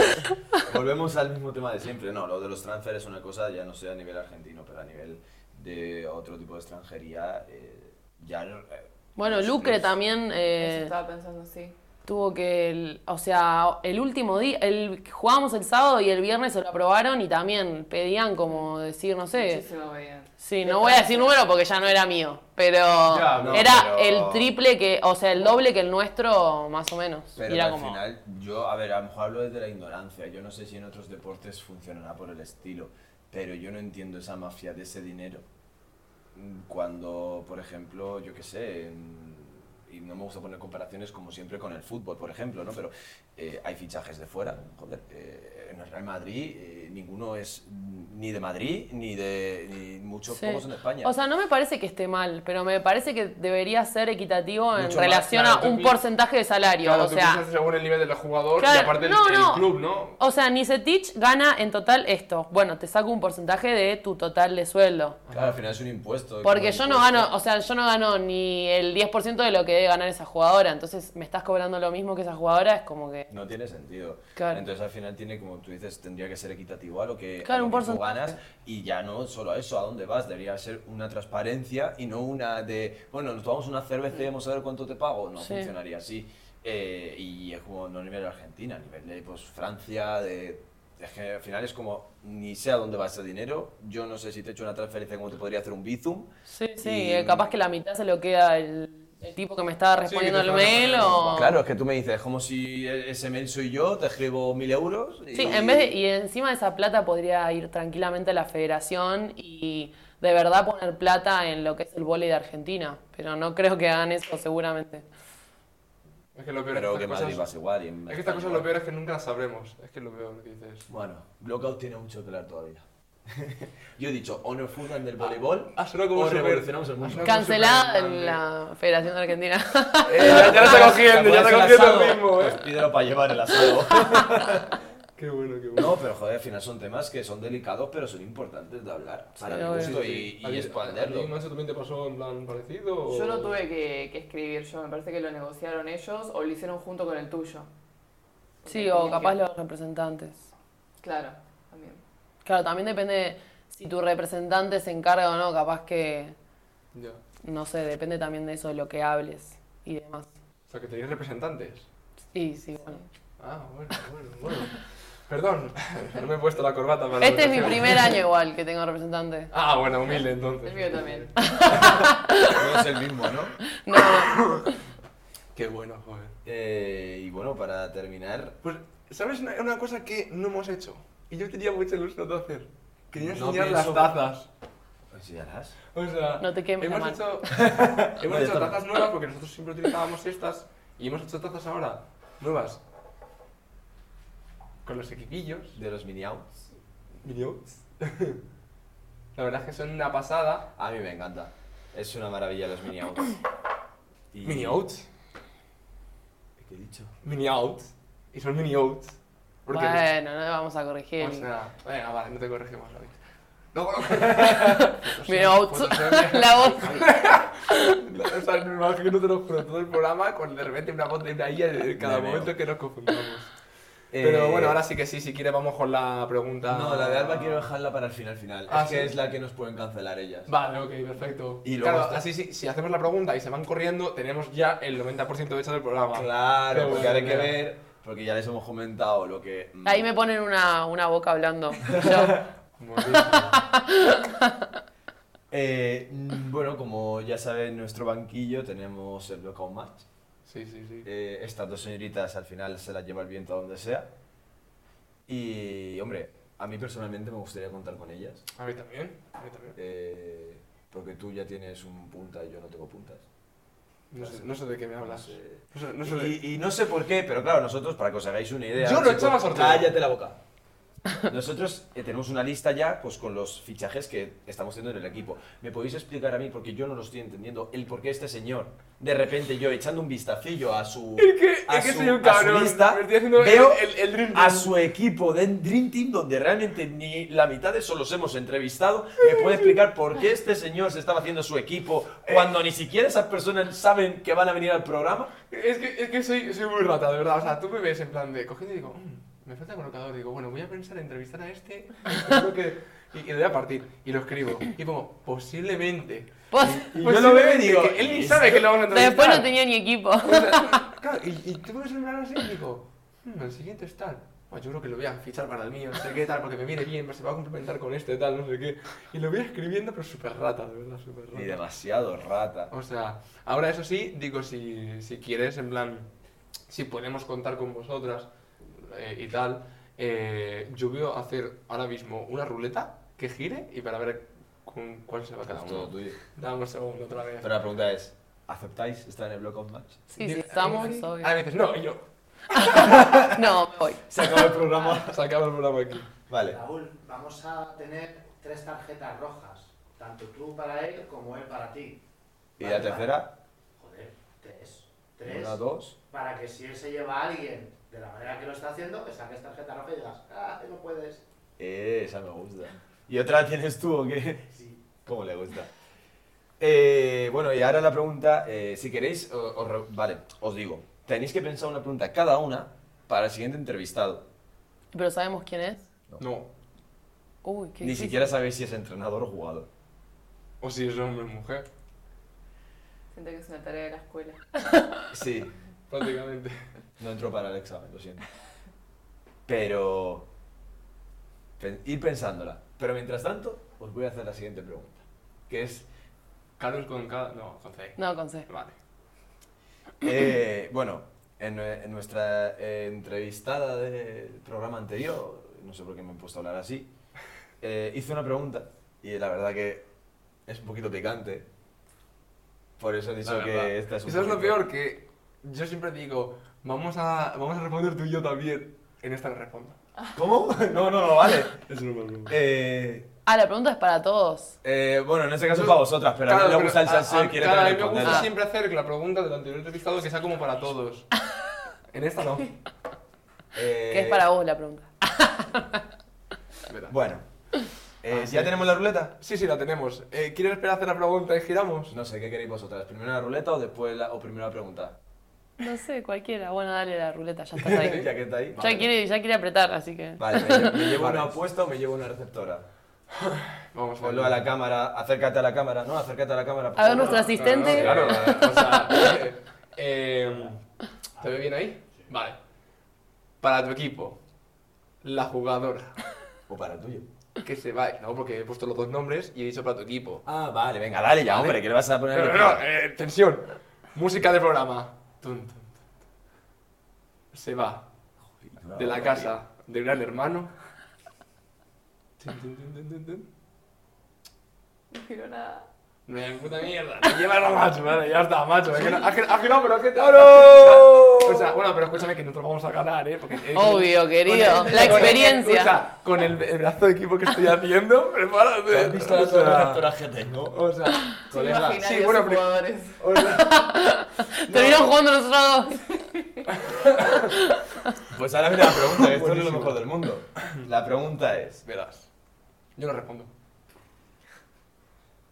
Speaker 2: Volvemos al mismo tema de siempre. No, lo de los transfers es una cosa, ya no sé a nivel argentino, pero a nivel de otro tipo de extranjería, eh, ya... no- eh,
Speaker 4: Bueno,
Speaker 2: los
Speaker 4: Lucre
Speaker 2: clubs-
Speaker 4: también... eh,
Speaker 6: Eso estaba pensando, sí.
Speaker 4: Tuvo que, el- o sea, el último día, el, jugábamos el sábado y el viernes se lo aprobaron y también pedían como decir, no sé,
Speaker 6: Muchísimo bien.
Speaker 4: sí, no voy a decir número porque ya no era mío, pero
Speaker 3: Ya, no,
Speaker 4: era
Speaker 2: pero-
Speaker 4: el triple que, o sea, el doble que el nuestro, más o menos. Y
Speaker 2: Pero
Speaker 4: era
Speaker 2: que al
Speaker 4: como,
Speaker 2: final, yo, a ver, a lo mejor hablo desde la ignorancia. Yo no sé si en otros deportes funcionará por el estilo, pero yo no entiendo esa mafia de ese dinero. Mm, Cuando, por ejemplo, yo qué sé, en- y no me gusta poner comparaciones como siempre con el fútbol, por ejemplo, ¿no? Pero eh, hay fichajes de fuera. Joder, eh, en el Real Madrid eh, ninguno es mm, ni de Madrid, ni de ni muchos
Speaker 4: Sí.
Speaker 2: pocos en España.
Speaker 4: O sea, no me parece que esté mal, pero me parece que debería ser equitativo en
Speaker 2: Mucho más,
Speaker 4: relación
Speaker 3: claro,
Speaker 4: a
Speaker 3: tú
Speaker 4: un
Speaker 3: pi-
Speaker 4: porcentaje de salario.
Speaker 3: Claro,
Speaker 4: o
Speaker 3: tú
Speaker 4: sea,
Speaker 3: piensas según el nivel del jugador
Speaker 4: Claro,
Speaker 3: y aparte el-
Speaker 4: no,
Speaker 3: el,
Speaker 4: no.
Speaker 3: club, ¿no?
Speaker 4: o sea, Nisetich gana en total esto. Bueno, te saco un porcentaje de tu total de sueldo.
Speaker 2: claro, al final es un impuesto. es como
Speaker 4: Porque
Speaker 2: un
Speaker 4: yo no
Speaker 2: impuesto.
Speaker 4: gano, o sea, yo no gano ni el 10% de lo que debe ganar esa jugadora. Entonces, me estás cobrando lo mismo que esa jugadora, es como que.
Speaker 2: No tiene sentido.
Speaker 4: Claro.
Speaker 2: Entonces al final tiene, como tú dices, tendría que ser equitativo a lo que, a
Speaker 4: Claro,
Speaker 2: lo
Speaker 4: un
Speaker 2: que tú
Speaker 4: porcentaje.
Speaker 2: ganas y ya no solo a eso, a dónde vas. Debería ser una transparencia y no una de, bueno, nos tomamos una cerveza y vamos a ver cuánto te pago. No
Speaker 4: Sí.
Speaker 2: funcionaría así. Eh, y es como no a nivel de Argentina, a nivel de pues, Francia, de... Es que al final es como, ni sé a dónde va ese dinero, yo no sé si te he hecho una transferencia como te podría hacer un Bizum,
Speaker 4: Sí, sí,
Speaker 2: Y-
Speaker 4: eh, capaz que la mitad se lo queda el, el tipo que me estaba
Speaker 3: Sí, que te
Speaker 4: respondiendo el
Speaker 3: estaba
Speaker 4: mail
Speaker 3: respondiendo.
Speaker 4: o.
Speaker 2: Claro, es que tú me dices, es como si e- ese mail soy yo, te escribo mil euros. Y...
Speaker 4: Sí, en vez de- y encima de esa plata podría ir tranquilamente a la federación y de verdad poner plata en lo que es el vóley de Argentina, pero no creo que hagan eso seguramente.
Speaker 3: Es que lo peor
Speaker 2: Pero
Speaker 3: es
Speaker 2: que
Speaker 3: que
Speaker 2: en Madrid
Speaker 3: estas
Speaker 2: pasa
Speaker 3: cosas,
Speaker 2: igual. y en
Speaker 3: es que
Speaker 2: España
Speaker 3: estas cosas
Speaker 2: igual.
Speaker 3: lo peor es que nunca las sabremos. Es que es lo peor que dices.
Speaker 2: Bueno, Blockout tiene mucho que hablar todavía. yo he dicho, o nos fundan del voleibol,
Speaker 3: Ah, suena como
Speaker 2: o
Speaker 3: súper-
Speaker 2: revolucionamos el mundo.
Speaker 3: ah, suena
Speaker 4: Cancelada
Speaker 3: súper grande.
Speaker 4: la Federación de Argentina.
Speaker 3: Eh, ya, ya lo
Speaker 2: Ah,
Speaker 3: está cogiendo, ya está
Speaker 2: Hacer
Speaker 3: cogiendo
Speaker 2: asado,
Speaker 3: el mismo,
Speaker 2: pues
Speaker 3: eh.
Speaker 2: pídelo para llevar el asado.
Speaker 3: Qué bueno, qué bueno.
Speaker 2: no, pero joder, al final son temas que son delicados, pero son importantes de hablar. Para
Speaker 4: obvio.
Speaker 2: mi gusto
Speaker 3: Sí, sí.
Speaker 2: y, y
Speaker 3: ¿A ti-
Speaker 2: expanderlo.
Speaker 3: ¿A ti, Nacho, también te pasó en plan parecido?
Speaker 2: Oh.
Speaker 3: o-
Speaker 6: Yo lo tuve que, que escribir yo, me parece que lo negociaron ellos o lo hicieron junto con el tuyo.
Speaker 4: Sí, o capaz los representantes.
Speaker 6: Claro, también.
Speaker 4: Claro, también depende si tu representante se encarga o no, capaz que,
Speaker 3: Ya. O
Speaker 4: no sé, depende también de eso, de lo que hables y demás.
Speaker 3: sea, que tenéis representantes.
Speaker 4: Sí, sí, bueno.
Speaker 3: Ah, bueno, bueno, bueno. Perdón, no me he puesto la corbata para la
Speaker 4: Este es mi
Speaker 3: ocasión.
Speaker 4: primer año igual que tengo representante.
Speaker 3: Ah, bueno, humilde entonces.
Speaker 6: El mío también.
Speaker 2: No es el mismo, ¿no?
Speaker 4: No, no.
Speaker 3: Qué bueno, joder.
Speaker 2: Eh, y bueno, para terminar,
Speaker 3: Pues, ¿sabes una, una cosa que no hemos hecho? Y yo tenía mucha ilusión de hacer. Quería
Speaker 2: No
Speaker 3: enseñar
Speaker 2: pienso-
Speaker 3: las tazas.
Speaker 2: pues ya harás.
Speaker 3: O sea,
Speaker 4: No te quemes la
Speaker 3: hemos
Speaker 4: mano.
Speaker 3: hecho, hemos hecho tazas nuevas porque nosotros siempre utilizábamos estas y hemos hecho tazas ahora nuevas. Con los equipillos.
Speaker 2: De los mini outs.
Speaker 3: Videos. La verdad es que son una pasada.
Speaker 2: A mí me encanta. Es una maravilla los mini outs. Y-
Speaker 3: Mini outs.
Speaker 2: ¿Qué he dicho?
Speaker 3: Mini outs. Y son mini outs. Porque
Speaker 4: bueno, no le vamos a corregir.
Speaker 3: O sea, venga, vale, no te corregimos, David. No,
Speaker 4: Me out la voz.
Speaker 3: O sea, me imagino que no te lo juro todo el programa con de repente una voz de una IA en cada
Speaker 2: Me
Speaker 3: momento
Speaker 2: veo. Eh,
Speaker 3: que nos confundamos. Pero bueno, ahora sí que sí, si quieres vamos con la pregunta.
Speaker 2: No, la de Alba quiero dejarla para el final final.
Speaker 3: Ah,
Speaker 2: es que
Speaker 3: sí.
Speaker 2: es la que nos pueden cancelar ellas.
Speaker 3: Vale, ok, perfecto.
Speaker 2: Y luego
Speaker 3: claro,
Speaker 2: está-
Speaker 3: así sí, si hacemos la pregunta y se van corriendo, tenemos ya el 90% hecho del programa.
Speaker 2: Claro,
Speaker 3: Qué
Speaker 2: porque
Speaker 3: bueno,
Speaker 2: ahora hay que
Speaker 3: mira.
Speaker 2: ver, porque ya les hemos comentado lo que... mm,
Speaker 4: Ahí me ponen una, una boca hablando. Yo,
Speaker 3: Muy bien.
Speaker 2: eh, mm, bueno, como ya saben, en nuestro banquillo tenemos el Blockout Match.
Speaker 3: Sí, sí, sí.
Speaker 2: Eh, estas dos señoritas al final se las lleva el viento a donde sea. Y, hombre, a mí personalmente me gustaría contar con ellas.
Speaker 3: A mí también, a mí también.
Speaker 2: eh, porque tú ya tienes un punta y yo no tengo puntas.
Speaker 3: No sé, no sé de qué me hablas.
Speaker 2: sé.
Speaker 3: No sé, no sé de-
Speaker 2: Y, y no sé por qué, pero claro, nosotros, para que os hagáis una idea.
Speaker 3: Yo no
Speaker 2: chicos,
Speaker 3: echaba sorteo.
Speaker 2: Cállate la boca. Nosotros eh, tenemos una lista ya pues, con los fichajes que estamos teniendo en el equipo. ¿Me podéis explicar a mí, porque yo no lo estoy entendiendo, el por qué este señor, de repente yo echando un vistacillo a su, a
Speaker 3: es que
Speaker 2: su-
Speaker 3: soy un
Speaker 2: a su
Speaker 3: cabrón,
Speaker 2: lista,
Speaker 3: me estoy haciendo el-
Speaker 2: veo
Speaker 3: el- el Dream
Speaker 2: a
Speaker 3: Team.
Speaker 2: su equipo de Dream Team, donde realmente ni la mitad de eso los hemos entrevistado? ¿Me puede explicar por qué este señor se estaba haciendo su equipo cuando ni siquiera esas personas saben que van a venir al programa?
Speaker 3: Es que, es que soy, soy muy rata, de verdad. O sea, tú me ves en plan de cogiendo y digo, "Mm, me falta colocador. Digo, bueno, voy a pensar en entrevistar a este. creo que- Y, y le voy a partir. Y lo escribo. Y pongo, posiblemente.
Speaker 4: pues,
Speaker 2: Y yo lo veo y digo,
Speaker 3: que él ni sabe que lo vamos a entrevistar.
Speaker 4: después no tenía ni equipo.
Speaker 3: O sea, claro, y, y tú me ves en plan así y digo, "Mm, el siguiente es tal. Bueno, yo creo que lo voy a fichar para el mío, no sé qué tal, porque me viene bien, se va a complementar con este tal, no sé qué. Y lo voy escribiendo, pero súper rata, de verdad, súper rata.
Speaker 2: Y demasiado rata.
Speaker 3: O sea, ahora eso sí, digo, si, si quieres, en plan, si podemos contar con vosotras eh, y tal, eh, yo voy a hacer ahora mismo una ruleta que gire y para ver con cuál se va cada
Speaker 2: Es todo
Speaker 3: uno.
Speaker 2: tuyo.
Speaker 3: Dame un segundo otra vez.
Speaker 2: Pero la pregunta es, ¿aceptáis estar en el Block of Match?
Speaker 4: Sí, sí, estamos, obvio.
Speaker 3: A veces no, y yo.
Speaker 4: No, me voy.
Speaker 2: Se acabó el programa.
Speaker 3: Se acaba el programa aquí.
Speaker 2: Vale.
Speaker 7: Raúl, vamos a tener tres tarjetas rojas. Tanto tú para él como él para ti.
Speaker 2: ¿Y
Speaker 7: Vale,
Speaker 2: la
Speaker 7: vale.
Speaker 2: tercera?
Speaker 7: Joder, tres. Tres.
Speaker 2: Una, dos.
Speaker 7: Para que si él se lleva a alguien de la manera que lo está haciendo, que saques tarjeta roja y digas, ah, no puedes.
Speaker 2: Eh, esa me gusta. ¿Y otra tienes tú o qué?
Speaker 7: Sí.
Speaker 2: ¿Cómo le gusta? Eh, bueno, y ahora la pregunta, eh, si queréis, o- os re- vale, os digo, tenéis que pensar una pregunta cada una para el siguiente entrevistado.
Speaker 4: Pero sabemos quién es.
Speaker 3: No.
Speaker 4: Uy, qué
Speaker 2: Ni
Speaker 4: difícil.
Speaker 2: siquiera sabéis si es entrenador o jugador.
Speaker 3: O si es hombre o mujer.
Speaker 6: Siento que es una tarea de la escuela.
Speaker 2: Sí,
Speaker 3: Prácticamente.
Speaker 2: no entró para el examen, lo siento. Pero... pen- ir pensándola. Pero mientras tanto, os voy a hacer la siguiente pregunta, que es
Speaker 3: Carlos con cada. No, con C.
Speaker 4: No, con C.
Speaker 3: Vale.
Speaker 2: Eh, bueno, en, nue- en nuestra eh, entrevistada del programa anterior, no sé por qué me he puesto a hablar así, eh, hice una pregunta y la verdad que es un poquito picante. Por eso he dicho
Speaker 3: La verdad.
Speaker 2: que esta es un
Speaker 3: Eso es lo
Speaker 2: poquito-
Speaker 3: peor, que yo siempre digo, vamos a, vamos a responder tú y yo también. En esta no respondo.
Speaker 2: ¿Cómo? No, no, no, vale.
Speaker 3: Eso no me
Speaker 2: Eh,
Speaker 4: Ah, la pregunta es para todos.
Speaker 2: eh, bueno, en este caso para vosotras, pero a mí me gusta el salseo y quiere
Speaker 3: Claro, a mí me
Speaker 2: responderla.
Speaker 3: gusta siempre hacer la pregunta del anterior entrevistado que sea como para todos. En esta no.
Speaker 2: Eh,
Speaker 4: Que es para vos la pregunta.
Speaker 3: Verá.
Speaker 2: Bueno, eh,
Speaker 3: Ah, sí.
Speaker 2: ¿ya tenemos la ruleta?
Speaker 3: Sí, sí, la tenemos. Eh, ¿Quieres esperar a hacer la pregunta y giramos?
Speaker 2: No sé, ¿qué queréis vosotras? ¿Primero la ruleta o después la, o primero la pregunta?
Speaker 4: No sé, cualquiera. Bueno, dale la ruleta, ya estás ahí.
Speaker 2: ya que está ahí.
Speaker 4: ya, quiere, ya quiere apretar, así que.
Speaker 2: Vale, me lle- me llevo una apuesta o me llevo una receptora.
Speaker 3: Vamos a
Speaker 2: Ponlo a la cámara, acércate a la cámara, no, acércate a la cámara. por
Speaker 4: A ver,
Speaker 2: favor.
Speaker 4: nuestro asistente.
Speaker 3: Claro, o sea, eh, eh, ¿Te ve bien ahí? Vale. Para tu equipo, la jugadora
Speaker 2: O para el tuyo.
Speaker 3: que se va. No, porque he puesto los dos nombres y he dicho para tu equipo.
Speaker 2: Ah, vale, venga, dale ya, hombre, que le vas a poner.
Speaker 3: Pero no, no, eh, tensión. Música del programa. Tun, tun, tun, tun. Se va de la casa del gran hermano. Tun, tun, tun, tun, tun, tun.
Speaker 6: No quiero nada.
Speaker 3: Me puta mierda. Me lleva la macho, vale, ya está, macho. Es que no, es que- es que no, pero es que. ¡No! O sea, bueno, pero escúchame que nosotros vamos a ganar, ¿eh? Porque, eh,
Speaker 4: Obvio, querido.
Speaker 3: con el-
Speaker 4: La
Speaker 3: con el-
Speaker 4: experiencia.
Speaker 3: escucha, con el, el brazo de equipo que estoy haciendo, prepárate.
Speaker 2: ¿Has visto las
Speaker 3: O sea,
Speaker 2: otras receptoras que tengo?
Speaker 3: O sea, colega.
Speaker 6: Imaginarios
Speaker 3: Sí, bueno, pero-
Speaker 6: jugadores.
Speaker 3: o sea,
Speaker 4: Terminaron jugando nosotros dos.
Speaker 2: Pues ahora mira la pregunta, que esto no es lo
Speaker 3: Buenísimo.
Speaker 2: mejor del mundo. La pregunta es:
Speaker 3: Verás. Yo no respondo.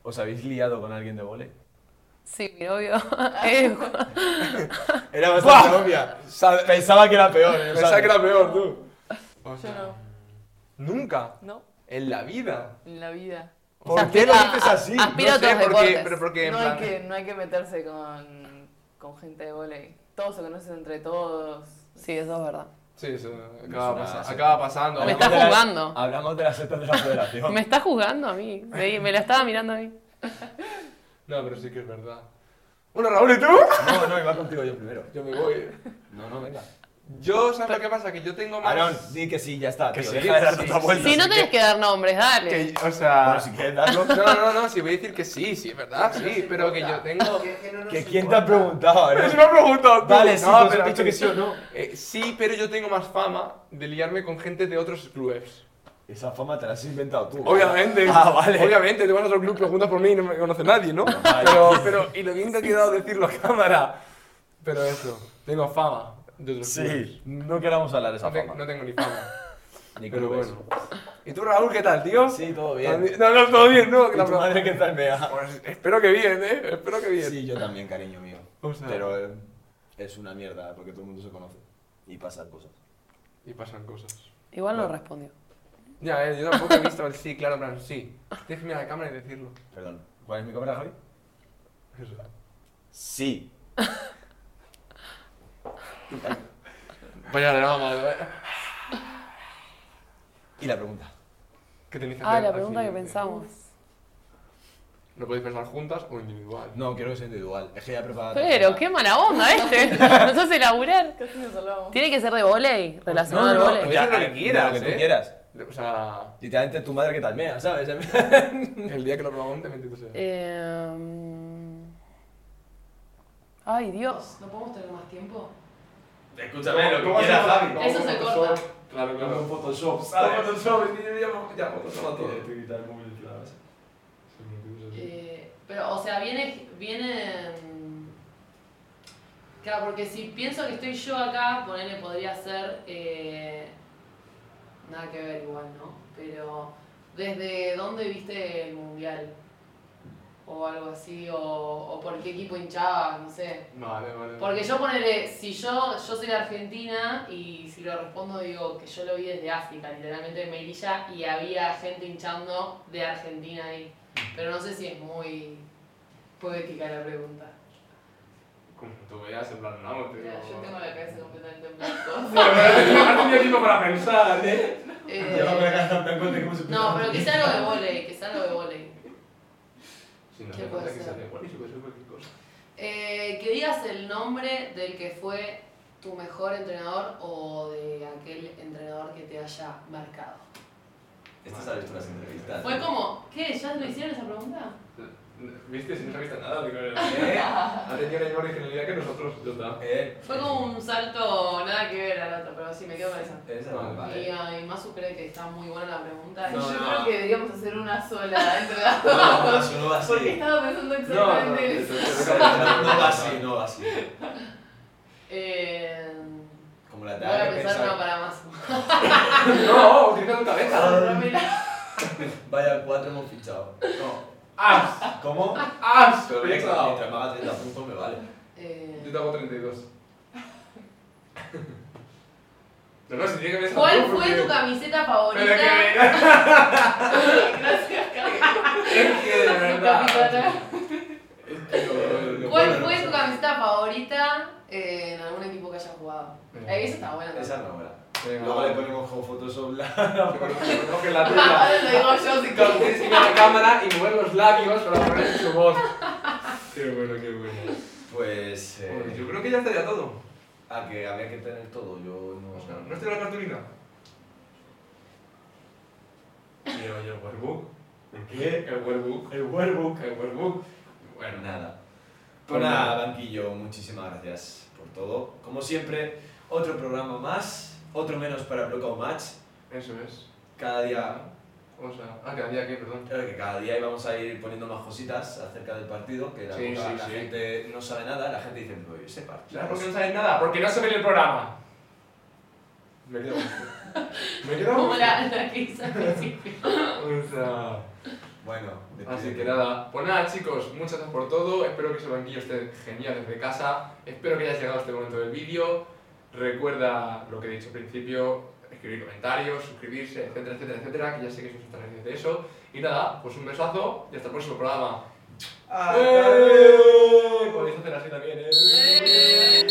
Speaker 2: ¿os habéis liado con alguien de vole?
Speaker 4: Sí, mi novio. Eh,
Speaker 2: Era bastante obvia. Pensaba que era peor. ¿eh?
Speaker 3: Pensaba que era peor, tú. O
Speaker 6: Yo
Speaker 3: sea,
Speaker 6: no.
Speaker 3: Nunca.
Speaker 6: No.
Speaker 3: En la vida.
Speaker 6: En la vida.
Speaker 2: ¿Por qué lo dices así?
Speaker 4: Aspira a
Speaker 3: no sé,
Speaker 4: Ah, otros
Speaker 3: porque,
Speaker 4: deportes.
Speaker 3: pero porque en
Speaker 6: No
Speaker 3: plan,
Speaker 6: hay, que, no hay que meterse con, con gente de volei. Todos se conocen entre todos.
Speaker 4: Sí, eso es verdad.
Speaker 3: Sí, eso acaba,
Speaker 2: una-
Speaker 3: pasa- acaba pasando.
Speaker 4: Me
Speaker 2: Hablamos
Speaker 4: está
Speaker 2: de la-
Speaker 4: jugando.
Speaker 2: Hablamos de las setas de la federación.
Speaker 4: Me está juzgando a mí. Me, me la estaba mirando a mí.
Speaker 3: No, pero sí que es verdad. Bueno, Raúl, ¿y tú?
Speaker 2: No, no, iba contigo yo primero.
Speaker 3: Yo me voy.
Speaker 2: No, no, venga.
Speaker 3: Yo, ¿sabes lo que pasa? Que yo tengo más...
Speaker 2: Aaron, di que sí, ya está.
Speaker 3: Que
Speaker 2: tío,
Speaker 3: sí,
Speaker 2: deja de dar
Speaker 3: sí,
Speaker 2: tanta
Speaker 3: sí.
Speaker 2: vuelta.
Speaker 4: Si no tenés que dar nombres, dale.
Speaker 3: que- o sea...
Speaker 2: Bueno, si quieres darlo.
Speaker 3: No, no, no, sí, voy a decir que sí, sí, es verdad, sí, pero que yo tengo...
Speaker 7: Que, que no nos
Speaker 2: ¿Que quién te ha preguntado?
Speaker 3: Pero
Speaker 2: Aaron?
Speaker 3: si me ha preguntado tú.
Speaker 2: Vale, sí, pues
Speaker 3: pero
Speaker 2: has dicho que sí o no.
Speaker 3: Eh, sí, pero yo tengo más fama de liarme con gente de otros clubes.
Speaker 2: Esa fama te la has inventado tú.
Speaker 3: Obviamente.
Speaker 2: Ah, vale.
Speaker 3: Obviamente, te vas a otro club, preguntas por mí y no me conoce nadie, ¿no? Pero, pero, y lo bien que ha quedado decirlo a cámara. Pero eso, tengo fama de otros clubes.
Speaker 2: Sí, no queramos hablar de esa
Speaker 3: No, te-
Speaker 2: fama.
Speaker 3: no tengo ni fama.
Speaker 2: Ni
Speaker 3: Pero
Speaker 2: clubes.
Speaker 3: bueno. ¿Y tú, Raúl, qué tal, tío?
Speaker 2: Sí, todo
Speaker 3: También-
Speaker 2: bien.
Speaker 3: No, no, todo bien, no. que
Speaker 2: ¿Y
Speaker 3: la
Speaker 2: tu
Speaker 3: broma-
Speaker 2: madre qué tal me ha?
Speaker 3: Pues espero que bien, ¿eh? Espero que bien.
Speaker 2: Sí, yo también, cariño mío.
Speaker 3: O sea-
Speaker 2: Pero eh, es una mierda porque todo el mundo se conoce y pasan cosas.
Speaker 3: Y pasan cosas.
Speaker 4: Igual no respondió.
Speaker 3: Ya, eh, yo tampoco he visto el sí, claro, en plan, sí. Tienes que mirar a la cámara y decirlo.
Speaker 2: Perdón. ¿Cuál es mi cámara, Javi?
Speaker 3: Eso.
Speaker 2: Sí.
Speaker 3: Vaya drama, ¿eh?
Speaker 2: Y la pregunta.
Speaker 3: ¿Qué tenéis que
Speaker 4: Ah,
Speaker 3: hacer
Speaker 4: la
Speaker 3: al
Speaker 4: pregunta que
Speaker 3: siguiente?
Speaker 4: pensamos.
Speaker 3: ¿Lo podéis pensar juntas o individual?
Speaker 2: No, quiero que sea individual. Es que ya he preparado.
Speaker 4: Pero qué mala onda este. Nos hace laburar.
Speaker 6: Casi nos salvamos.
Speaker 4: Tiene que ser de volei,
Speaker 2: No,
Speaker 4: relacionado
Speaker 2: no,
Speaker 4: al
Speaker 2: no,
Speaker 4: volei.
Speaker 3: volei.
Speaker 2: ya,
Speaker 3: Lo que
Speaker 2: eh,
Speaker 3: quieras,
Speaker 2: Lo que tú
Speaker 3: eh.
Speaker 2: quieras.
Speaker 3: O sea,
Speaker 2: Literalmente tu madre que tal mea, ¿sabes?
Speaker 3: el día que lo pregunte, bendito sea.
Speaker 6: Em,
Speaker 4: Eh, Ay, Dios. ¿No podemos tener más tiempo?
Speaker 2: Escúchame,
Speaker 3: lo que quieras, Javi.
Speaker 4: Eso se corta.
Speaker 3: Claro, claro.
Speaker 8: un Photoshop,
Speaker 3: Ahora
Speaker 8: ¿sabes?
Speaker 3: Photoshop, es que yo llamo- ya Photoshop a todo.
Speaker 8: Te quita el móvil de la mesa. Sí, me quedo así.
Speaker 6: Eh, pero, o sea, viene, viene... mm, Claro, porque si pienso que estoy yo acá, ponele, podría ser... eh, Nada que ver igual, ¿no? Pero, ¿desde dónde viste el Mundial? O algo así, o, o por qué equipo hinchabas, no sé.
Speaker 3: Vale, vale.
Speaker 6: Porque yo ponele, si yo, yo soy de Argentina y si lo respondo digo que yo lo vi desde África, literalmente en Melilla, y había gente hinchando de Argentina ahí. Pero no sé si es muy poética la pregunta.
Speaker 3: Como tú veas, en plan, no, te
Speaker 4: Mira, yo
Speaker 3: digo-
Speaker 4: tengo la cabeza completamente en blanco.
Speaker 3: Bueno, pero has tenido tiempo para pensar, ¿eh?
Speaker 6: Eh,
Speaker 8: Ya no me dejas tan en cuenta cómo se
Speaker 6: no, pero que sea algo de volei, que sea algo de volei.
Speaker 3: Sí, no,
Speaker 6: ¿Qué
Speaker 3: me
Speaker 6: puede
Speaker 3: parece que
Speaker 6: ser?
Speaker 3: sale buenísimo, eso es cualquier cosa.
Speaker 6: Eh, que digas el nombre del que fue tu mejor entrenador o de aquel entrenador que te haya marcado.
Speaker 2: Esto sabes tú las entrevistas.
Speaker 6: Fue como, ¿qué? ¿Ya lo hicieron esa pregunta?
Speaker 3: ¿Viste? Si no sabiste nada, digo, ¿eh? Ha tenido la misma originalidad que nosotros, ya está.
Speaker 2: Eh,
Speaker 6: Fue como un salto nada que ver al otro, pero sí me quedo con esa.
Speaker 2: esa no me
Speaker 6: Y,
Speaker 2: vale.
Speaker 6: ah, y Masu cree que está muy buena la pregunta. y-
Speaker 3: No,
Speaker 4: yo
Speaker 3: no.
Speaker 4: creo que deberíamos hacer una sola entrenador.
Speaker 2: No, no, eso no va
Speaker 4: Porque
Speaker 2: así.
Speaker 4: estaba pensando
Speaker 3: No, no,
Speaker 4: exactamente eso.
Speaker 2: No va así, no va así.
Speaker 6: Eh,
Speaker 2: Como la
Speaker 6: voy a
Speaker 2: tenga que
Speaker 6: pensar una
Speaker 2: pensar.
Speaker 6: para Masu.
Speaker 3: No, utiliza tu cabeza.
Speaker 2: Vaya, cuatro hemos fichado. No.
Speaker 3: ¡As!
Speaker 2: ¿Cómo?
Speaker 3: ¡As!
Speaker 2: Pero mientras
Speaker 3: Proyectado.
Speaker 2: mientras me haga 30 puntos me vale.
Speaker 6: Eh,
Speaker 3: Yo te hago 32. No, no, si tiene que ver
Speaker 6: ¿Cuál fue tu camiseta
Speaker 3: Pero
Speaker 6: favorita?
Speaker 3: que...
Speaker 4: Gracias, Carlos.
Speaker 3: Es que de verdad...
Speaker 6: Capitana.
Speaker 3: Es que no, no, no,
Speaker 6: ¿Cuál
Speaker 3: bueno,
Speaker 6: fue
Speaker 3: no.
Speaker 6: tu camiseta favorita eh, en algún equipo que hayas jugado?
Speaker 3: Venga.
Speaker 6: Eh, esa está buena.
Speaker 2: Esa no, ¿verdad?
Speaker 3: Venga,
Speaker 2: Luego
Speaker 3: va.
Speaker 2: le ponemos con Photoshop la...
Speaker 3: Reconozco que la tuya.
Speaker 4: Ahora lo digo yo si
Speaker 3: Claro, Tienes
Speaker 4: quieres.
Speaker 3: que ir a la cámara y mover los labios para poner su voz. Qué bueno, qué bueno.
Speaker 2: Pues...
Speaker 3: Bueno,
Speaker 2: Eh,
Speaker 3: Yo creo que ya estaría todo.
Speaker 2: ah, que había que tener todo, yo no...
Speaker 3: ¿No estoy en la cartulina? Yo, yo, Warbook.
Speaker 2: ¿Qué?
Speaker 3: El Warbook.
Speaker 2: El Werewolf.
Speaker 3: El Warbook. Bueno,
Speaker 2: Bueno,
Speaker 3: nada.
Speaker 2: nada. Pues nada, banquillo, muchísimas gracias por todo. Como siempre, otro programa más, otro menos para Blockout Match.
Speaker 3: Eso es.
Speaker 2: Cada día,
Speaker 3: O sea, ah, que había que, perdón.
Speaker 2: claro que cada día íbamos a ir poniendo más cositas acerca del partido, que la,
Speaker 3: Sí,
Speaker 2: poca-
Speaker 3: sí,
Speaker 2: la
Speaker 3: sí.
Speaker 2: gente no sabe nada, la gente dice, no, yo sé
Speaker 3: ¿Sabes por qué
Speaker 2: partido.
Speaker 3: no sabes nada? Porque no se ve el programa. Me quedo. Me quedo.
Speaker 6: Como la, la que hice al principio.
Speaker 3: O sea.
Speaker 2: Bueno,
Speaker 3: Así
Speaker 2: despídete.
Speaker 3: que nada, pues nada chicos, muchas gracias por todo, espero que ese banquillo esté genial desde casa, espero que hayas llegado a este momento del vídeo, recuerda lo que he dicho al principio, escribir comentarios, suscribirse, etcétera, etcétera, etcétera, que ya sé que sois extraños de eso, y nada, pues un besazo y hasta el próximo programa. ¡Eh! Podéis hacer así también, ¿eh?
Speaker 6: Eh.